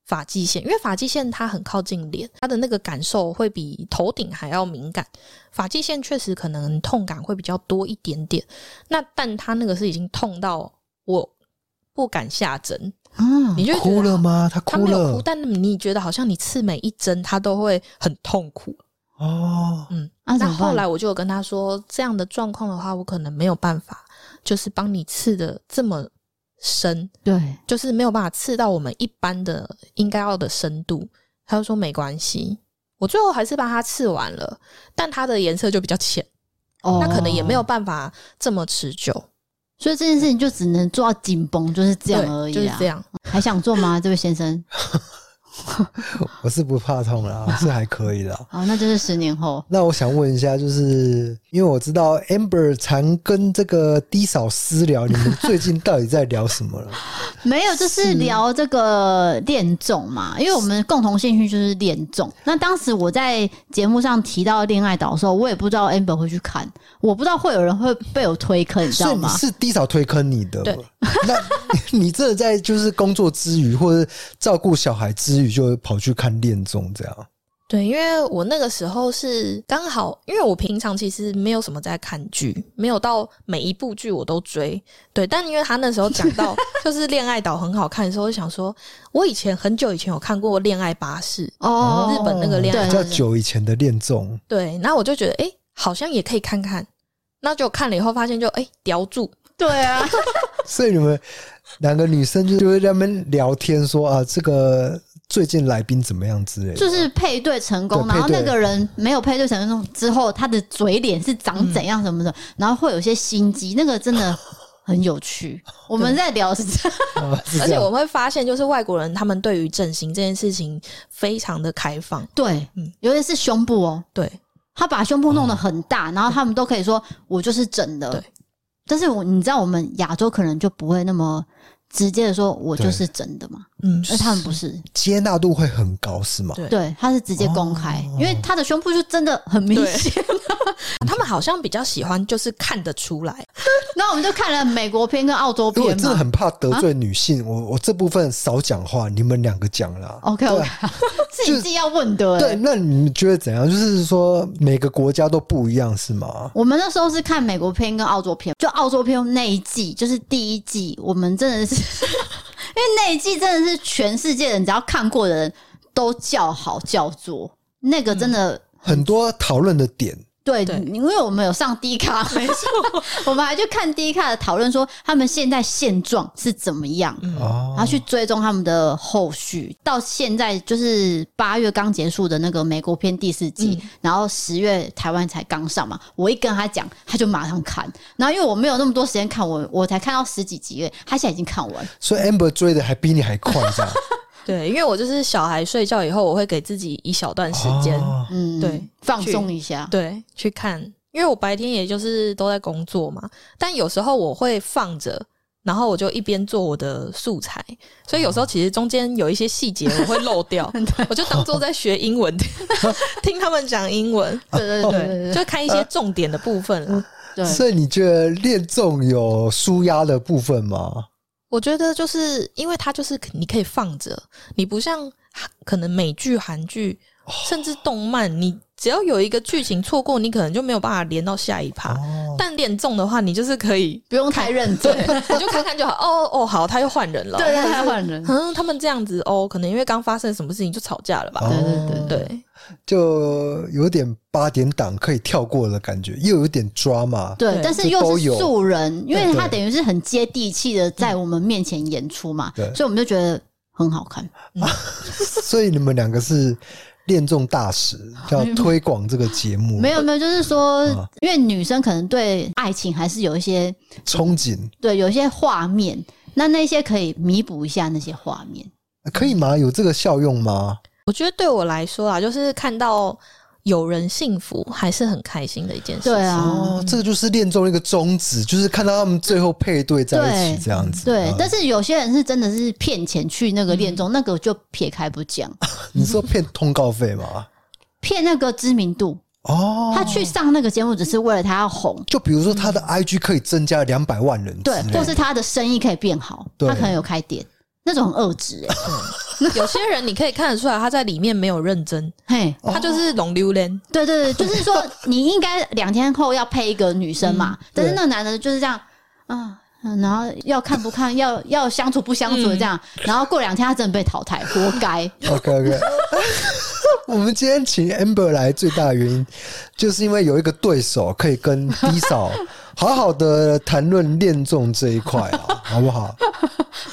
发际线，因为发际线它很靠近脸，它的那个感受会比头顶还要敏感，发际线确实可能痛感会比较多一点点，那但他那个是已经痛到我不敢下针，
嗯，
你就会觉得
哭了吗？他
他
哭
没有哭，
了
但你觉得好像你刺每一针，他都会很痛苦。
哦，
嗯，
啊怎
那
么办
后来我就有跟他说，这样的状况的话，我可能没有办法，就是帮你刺的这么深，
对，
就是没有办法刺到我们一般的应该要的深度。他就说没关系，我最后还是帮他刺完了，但它的颜色就比较浅，
哦，
那可能也没有，办法这么持久。
所以这件事情就只能做到紧绷，就是这样
对
而已
就是
啊
这。样。
还想做吗，这位先生？
我是不怕痛
[LAUGHS]
啦，是还可以啦。
好，那就是十年后。
那我想问一下，就是因为我知道 Amber 常跟这个 D 嫂私聊，你们最近到底在聊什
[LAUGHS]
么了？
没有，就是聊这个恋综嘛，因为我们共同兴趣就是恋综。那当时我在节目上提到恋爱岛的时候，我也不知道 Amber 会去看，我不知道会有人会被我推坑，你知
所
道
以你
吗？
是 D 嫂推坑你的
对，
[LAUGHS] 那 [LAUGHS] 你真的在就是工作之余或者照顾小孩之余，就跑去看恋综这样？
对，因为我那个时候是刚好，因为我平常其实没有什么在看剧，没有到每一部剧我都追。对，但因为他那时候讲到就是《恋爱岛》很好看的时候，我就想说，我以前很久以前有看过《恋爱巴士》，
哦，
日本那个恋爱
比
对
较
对对
久以前的恋综，
对，那我就觉得，哎，好像也可以看看。那就看了以后发现就，哎，叼住，
对啊，
所以你们两个女生就就会在那边聊天说啊，这个最近来宾怎么样之类 [LAUGHS] 的，
就是配对成功，
对
然后
配对
那个人没有配对成功之后，他的嘴脸是长怎样什么的，然后会有一些心机，那个真的很有趣。我们在聊是这样，
啊，是
而
这
且我
样。
们会发现，就是外国人他们对于整形这件事情非常的开放。
对
嗯，
尤其是胸部哦，
对，
他把胸部弄得很大，然后他们都可以说我就是整的
对。
但是我你知道我们亚洲可能就不会那么直接的说我就是整的嘛，
嗯，
而他们不是，
接纳度会很高，是吗？
对
对，他是直接公开，因为他的胸部就真的很明显。
他们好像比较喜欢就是看得出来，
[LAUGHS] 那我们就看了美国片跟澳洲
因为我
片
真的
嘛。
很怕得
啊
罪女性，我我这部分少讲话，你们两个讲啦。
OK
对
OK，
啊
[LAUGHS] 自己自己要问的、欸。
对，那你们觉得怎样？就是说每个国家都不一样，是吗？
我们那时候是看美国片跟澳洲片，就澳洲片那一季，就是第一季，我们真的是， [LAUGHS] 因为那一季真的是全世界人只要看过的人都叫好叫座，那个真的、
很多讨论的点，
对，
对
因为我们有上 D 卡，没错，我们还去看 D 卡的讨论，说他们现在现状是怎么样。
哦
然后去追踪他们的后续，到现在就是八月刚结束的那个美国片第四季，然后十月台湾才刚上嘛。我一跟他讲，他就马上看。然后因为我没有那么多时间看，我我才看到十几集而已，他现在已经看完。
所以 Amber 追的还比你还快，这
[LAUGHS]
样
对，因为我就是小孩睡觉以后，我会给自己一小段时间，
哦
嗯，
对，
放松一下。
对，去看，因为我白天也就是都在工作嘛，但有时候我会放着。然后我就一边做我的素材，所以有时候其实中间有一些细节我会漏
[LAUGHS]
掉，我就当做在学英文， [LAUGHS] 听他们讲英文，
对哦对对对对
就看一些重点的部分啦。
对
所以你觉得恋综有舒压的部分吗？
我觉得就是因为它就是你可以放着，你不像可能美剧、韩剧，甚至动漫，你只要有一个剧情错过，你可能就没有办法连到下一趴。
哦，
但恋综的话，你就是可以，
不用太认真，对
你就看看就好。哦哦，好，他又换人了。
对，对
[LAUGHS]
太换人。
嗯，他们这样子哦，可能因为刚发生什么事情就吵架了吧？
对对对
哦
对
就有点八点档可以跳过的感觉，又有点抓嘛。
对
对，
但是
这
又
都
是
有
素人，因为
对
他等于是很接地气的在我们面前演出嘛，
对
所以我们就觉得很好看。
所以你们两个是恋综大
[LAUGHS]
使，要推广这个节目，
没有没有，就是说
啊，
因为女生可能对爱情还是有一些
憧憬
对有一些画面，那那些可以弥补一下那些画面。
可以吗？有这个效用吗？
我觉得对我来说啊，就是看到有人幸福还是很开心的一件事情。
对啊，
哦，这个就是恋综的一个宗旨，就是看到他们最后配对在一
对
起这样子。
对
嗯，
但是有些人是真的是骗钱去那个恋综，那个就撇开不讲，
你说骗通告费吗？
骗那个知名度。
哦，
[LAUGHS] 他去上那个节目只是为了他要红，
就比如说他的 IG 可以增加两百万人之
对
类的，，
或是他的生意可以变好，
对
他可能有开店，那种很恶质哎，
有些人你可以看得出来，他在里面没有认真，
嘿，
他就是龙溜人。
对对对，就是说你应该两天后要配一个女生嘛，
嗯
但是那个男的就是这样啊。嗯然后要看不看，
[LAUGHS]
要要相处不相处这样，
嗯
然后过两天他真的被淘汰，活该。
OK OK，我们今天请 Amber 来最大的原因，就是因为有一个对手可以跟 D 嫂好好的谈论恋综这一块啊，好不好？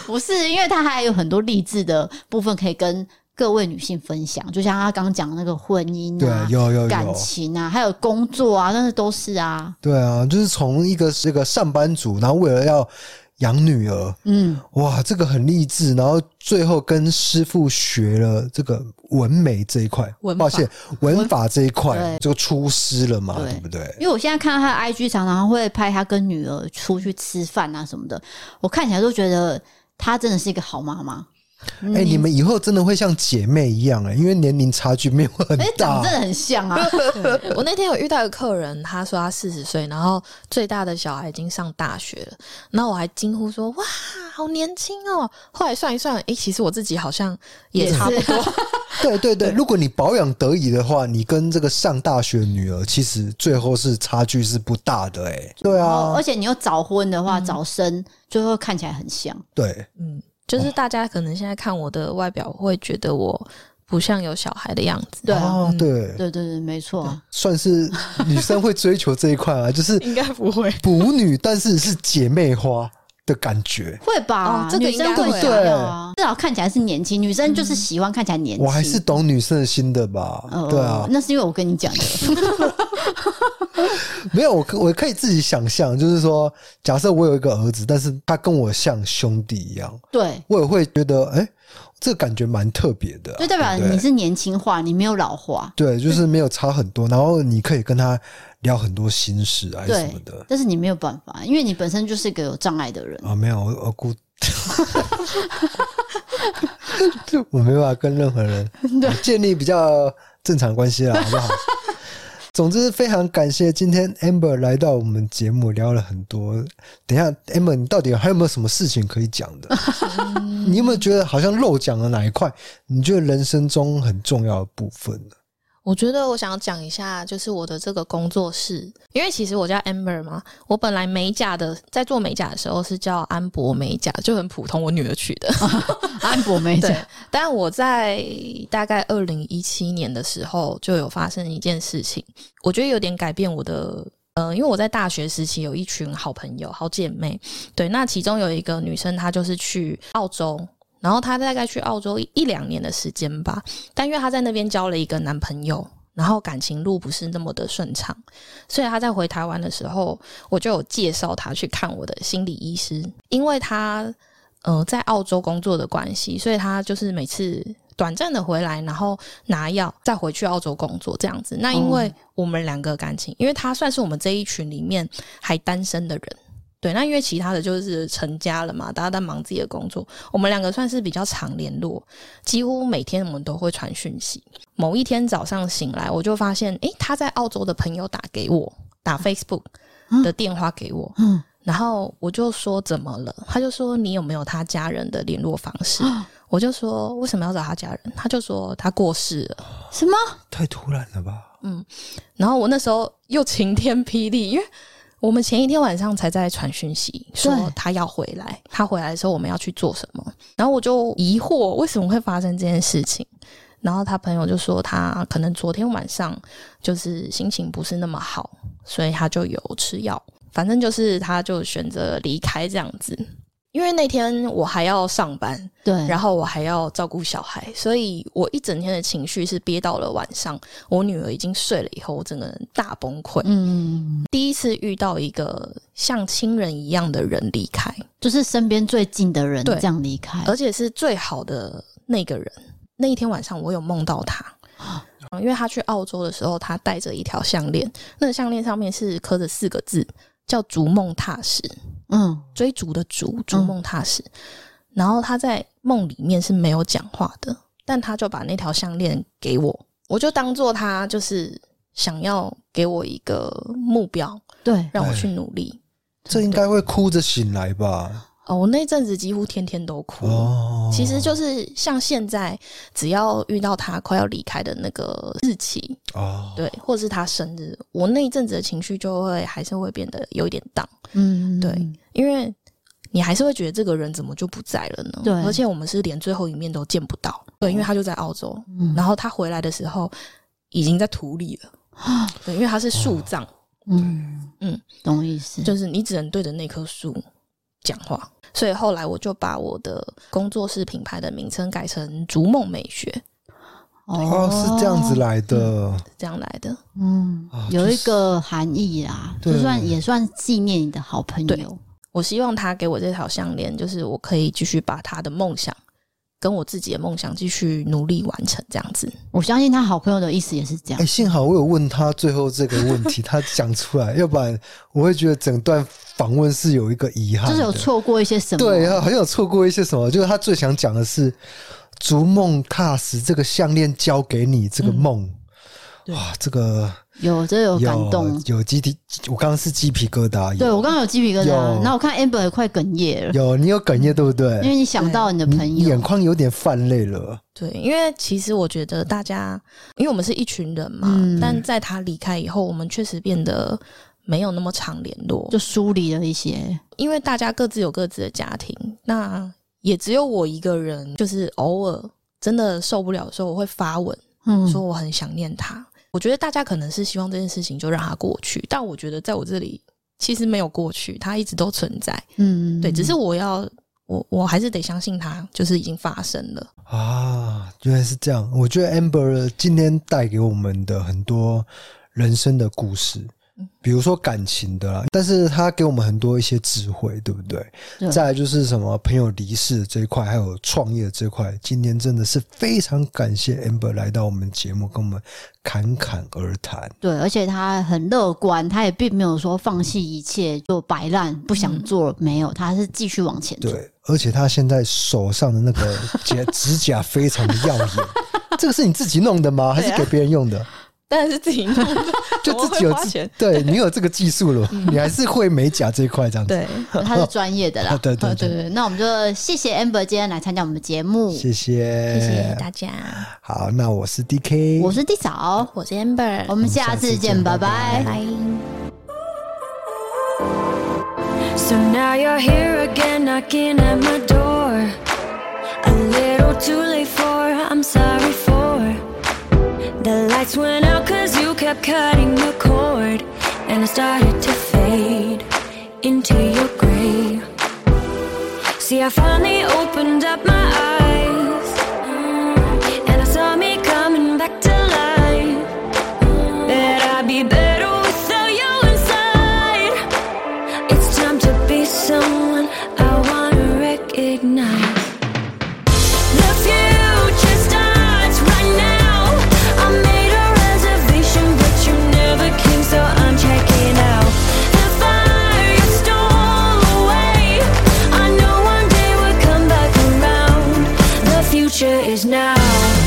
不是，因为他还有很多励志的部分可以跟各位女性分享，就像他刚讲的那个婚姻
对
啊，、
有有
感
有，
情啊，还有工作啊，但是都是啊，
对啊，就是从一个这个上班族，然后为了要养女儿，
嗯，
哇，这个很励志，然后最后跟师傅学了这个纹眉这一块，
文法
抱歉，文法这一块
对
就出师了嘛，
对
对不对？
因为我现在看到他的 IG 常常会拍他跟女儿出去吃饭啊什么的，我看起来都觉得她真的是一个好妈妈。嗯
哎、你们以后真的会像姐妹一样哎、因为年龄差距没有很
哎、长
大
得。真的很像啊！
[LAUGHS] 我那天有遇到一个客人，他说他四十岁，然后最大的小孩已经上大学了，然后我还惊呼说：“哇，好年轻哦！”后来算一算，诶、其实我自己好像也差不多。
对对对，如果你保养得宜的话，你跟这个上大学的女儿，其实最后是差距是不大的哎、对
然后
啊
哦而，且你又早婚的话，早生就会看起来很像。
对，
[LAUGHS] 嗯，就是大家可能现在看我的外表，会觉得我不像有小孩的样子。
对啊，
哦对，
对对对，没错啊。
算是女生会追求这一块啊， [LAUGHS] 就是
应该不会。
母女，但是是姐妹花的感觉。
会吧？
哦这个
女生
应该
会
会嗯
想要啊，至少看起来是年轻。女生就是喜欢看起来年轻。
我还是懂女生的心的吧，
呃
对啊，
那是因为我跟你讲的。
[LAUGHS] 没有，我可我可以自己想象，就是说，假设我有一个儿子，但是他跟我像兄弟一样，
对，
我也会觉得，哎、这个感觉蛮特别的啊、
就代表
对不对
你是年轻化，你没有老化。
对，就是没有差很多，然后你可以跟他聊很多心事啊什
对
么的，哦
[LAUGHS] 但是你没有办法，因为你本身就是一个有障碍的人。
啊，没有，我我估 [LAUGHS] 我没办法跟任何人建立比较正常关系啦，好不 [LAUGHS] 好？总之，非常感谢今天 Amber 来到我们节目，聊了很多。等一下，Amber，你到底还有没有什么事情可以讲的？ [LAUGHS] 你有没有觉得好像漏讲了哪一块？你觉得人生中很重要的部分呢？
我觉得我想要讲一下，就是我的这个工作室，因为其实我叫 Amber 嘛，我本来美甲的，在做美甲的时候是叫安博美甲，就很普通，我女儿取的。
啊安博没讲
对，但我在大概二零一七年的时候就有发生一件事情，我觉得有点改变我的。呃，因为我在大学时期有一群好朋友、好姐妹，对，那其中有一个女生，她就是去澳洲，然后她大概去澳洲一一两年的时间吧，但因为她在那边交了一个男朋友，然后感情路不是那么的顺畅，所以她在回台湾的时候，我就有介绍她去看我的心理医师，因为她呃在澳洲工作的关系，所以她就是每次短暂的回来，然后拿药再回去澳洲工作这样子。那因为我们两个感情，因为她算是我们这一群里面还单身的人。对，那因为其他的就是成家了嘛，大家在忙自己的工作。我们两个算是比较常联络，几乎每天我们都会传讯息。某一天早上醒来，我就发现，诶，她在澳洲的朋友打给我，打 Facebook 的电话给我，
嗯
然后我就说怎么了？他就说你有没有他家人的联络方式？我就说为什么要找他家人？他就说他过世了。
什么？
太突然了吧？
然后我那时候又晴天霹雳，因为我们前一天晚上才在传讯息说
对
他要回来，他回来的时候我们要去做什么。然后我就疑惑为什么会发生这件事情。然后他朋友就说他可能昨天晚上就是心情不是那么好，所以他就有吃药。反正就是他就选择离开这样子。因为那天我还要上班，
对，
然后我还要照顾小孩，所以我一整天的情绪是憋到了晚上。我女儿已经睡了以后，我整个人大崩溃。
嗯，
第一次遇到一个像亲人一样的人离开，
就是身边最近的人
对
这样离开，
而且是最好的那个人。那一天晚上，我有梦到他。因为他去澳洲的时候，他带着一条项链，那个项链上面是刻着四个字，叫“逐梦踏实”。
嗯，
追逐的逐，
嗯
逐梦踏实。然后他在梦里面是没有讲话的，但他就把那条项链给我，我就当做他就是想要给我一个目标，
对，
让我去努力。
这应该会哭着醒来吧？
哦，我那阵子几乎天天都哭。
哦，
其实就是像现在，只要遇到他快要离开的那个日期，
哦，
对，或是他生日，我那一阵子的情绪就会还是会变得有一点荡。
嗯，
对，因为你还是会觉得这个人怎么就不在了呢？
对哦
而且我们是连最后一面都见不到，对，因为他就在澳洲，
嗯
然后他回来的时候已经在土里了，
[GASPS]
对，因为他是树葬，
嗯
嗯
嗯，懂意思，
就是你只能对着那棵树讲话。所以后来我就把我的工作室品牌的名称改成“逐梦美学
哦，是这样子，来的。”，
是这样来的。
嗯
啊，
有
就
一
是
个含义啦，
对
就算也算纪念你的好朋
对
友，
我希望他给我这条项链，就是我可以继续把他的梦想跟我自己的梦想继续努力完成，这样子。
我相信他好朋友的意思也是这
哎、
样，
幸好我有问他最后这个问
[LAUGHS]
题，他讲出来，要不然我会觉得整段访问是有一个遗憾的，
就是有错过一些什么，
嗯对，好像有错过一些什么。就是他最想讲的是“逐梦踏实”这个项链交给你这个梦，哇，这个
有这有
有
嗯感动，
有鸡皮，我刚刚是鸡皮疙瘩，
对我刚刚有鸡皮疙瘩，
有
然后我看 Amber 也快哽咽了，
有有你有哽咽对不对？
嗯因为你想到你的朋
你眼
友，
眶有点泛泪了。
对，因为其实我觉得大家，因为我们是一群人嘛，
嗯
但在他离开以后，我们确实变得没有那么常联络，
就梳理了一些，
因为大家各自有各自的家庭，那也只有我一个人，就是偶尔真的受不了的时候，我会发文
嗯，
说我很想念他。我觉得大家可能是希望这件事情就让它过去，但我觉得在我这里其实没有过去，它一直都存在。
嗯，
对，只是我要我我还是得相信它，就是已经发生了。
啊，原来是这样。我觉得 Amber 今天带给我们的很多人生的故事，比如说感情的啦，但是他给我们很多一些智慧，对不对？
对
再来就是什么朋友离世这一块，还有创业这一块，今天真的是非常感谢 Amber 来到我们节目，跟我们侃侃而谈。
对，而且他很乐观，他也并没有说放弃一切就摆烂不想做了，没有，他是继续往前走。
嗯对，而且他现在手上的那个指指甲非常的耀眼。这个是你自己弄的吗？还是
对啊
给别人用的？
当然是自
[LAUGHS]
己弄的，
[LAUGHS] 就
怎么
自己
会
有
花
自
钱。嗯
对你有这个技术了，你还是会美甲这一块这样子。。
对，哦
他是专业的啦
[LAUGHS] 对对
呃
对
对对，那我们就谢谢 Amber 今天来参加我们的节目，
谢谢，哎
谢谢大家，
好，那我是 D K，
我是地嫂，
我是 Amber，
我们下次见，拜拜
拜。拜。
So now you're here again, knocking at my door. A little too late for, I'm sorry for. The lights went out cause you kept cutting the cord. And I started to fade into your gray. See, I finally opened up my eyes. Mm, And I saw me coming back to life. That I'd be better without you inside. It's time to be someone I wanna recognize. The future starts right now. I made a reservation, but you never came, so I'm checking out. The fire stole away. I know one day we'll come back around. The future is now.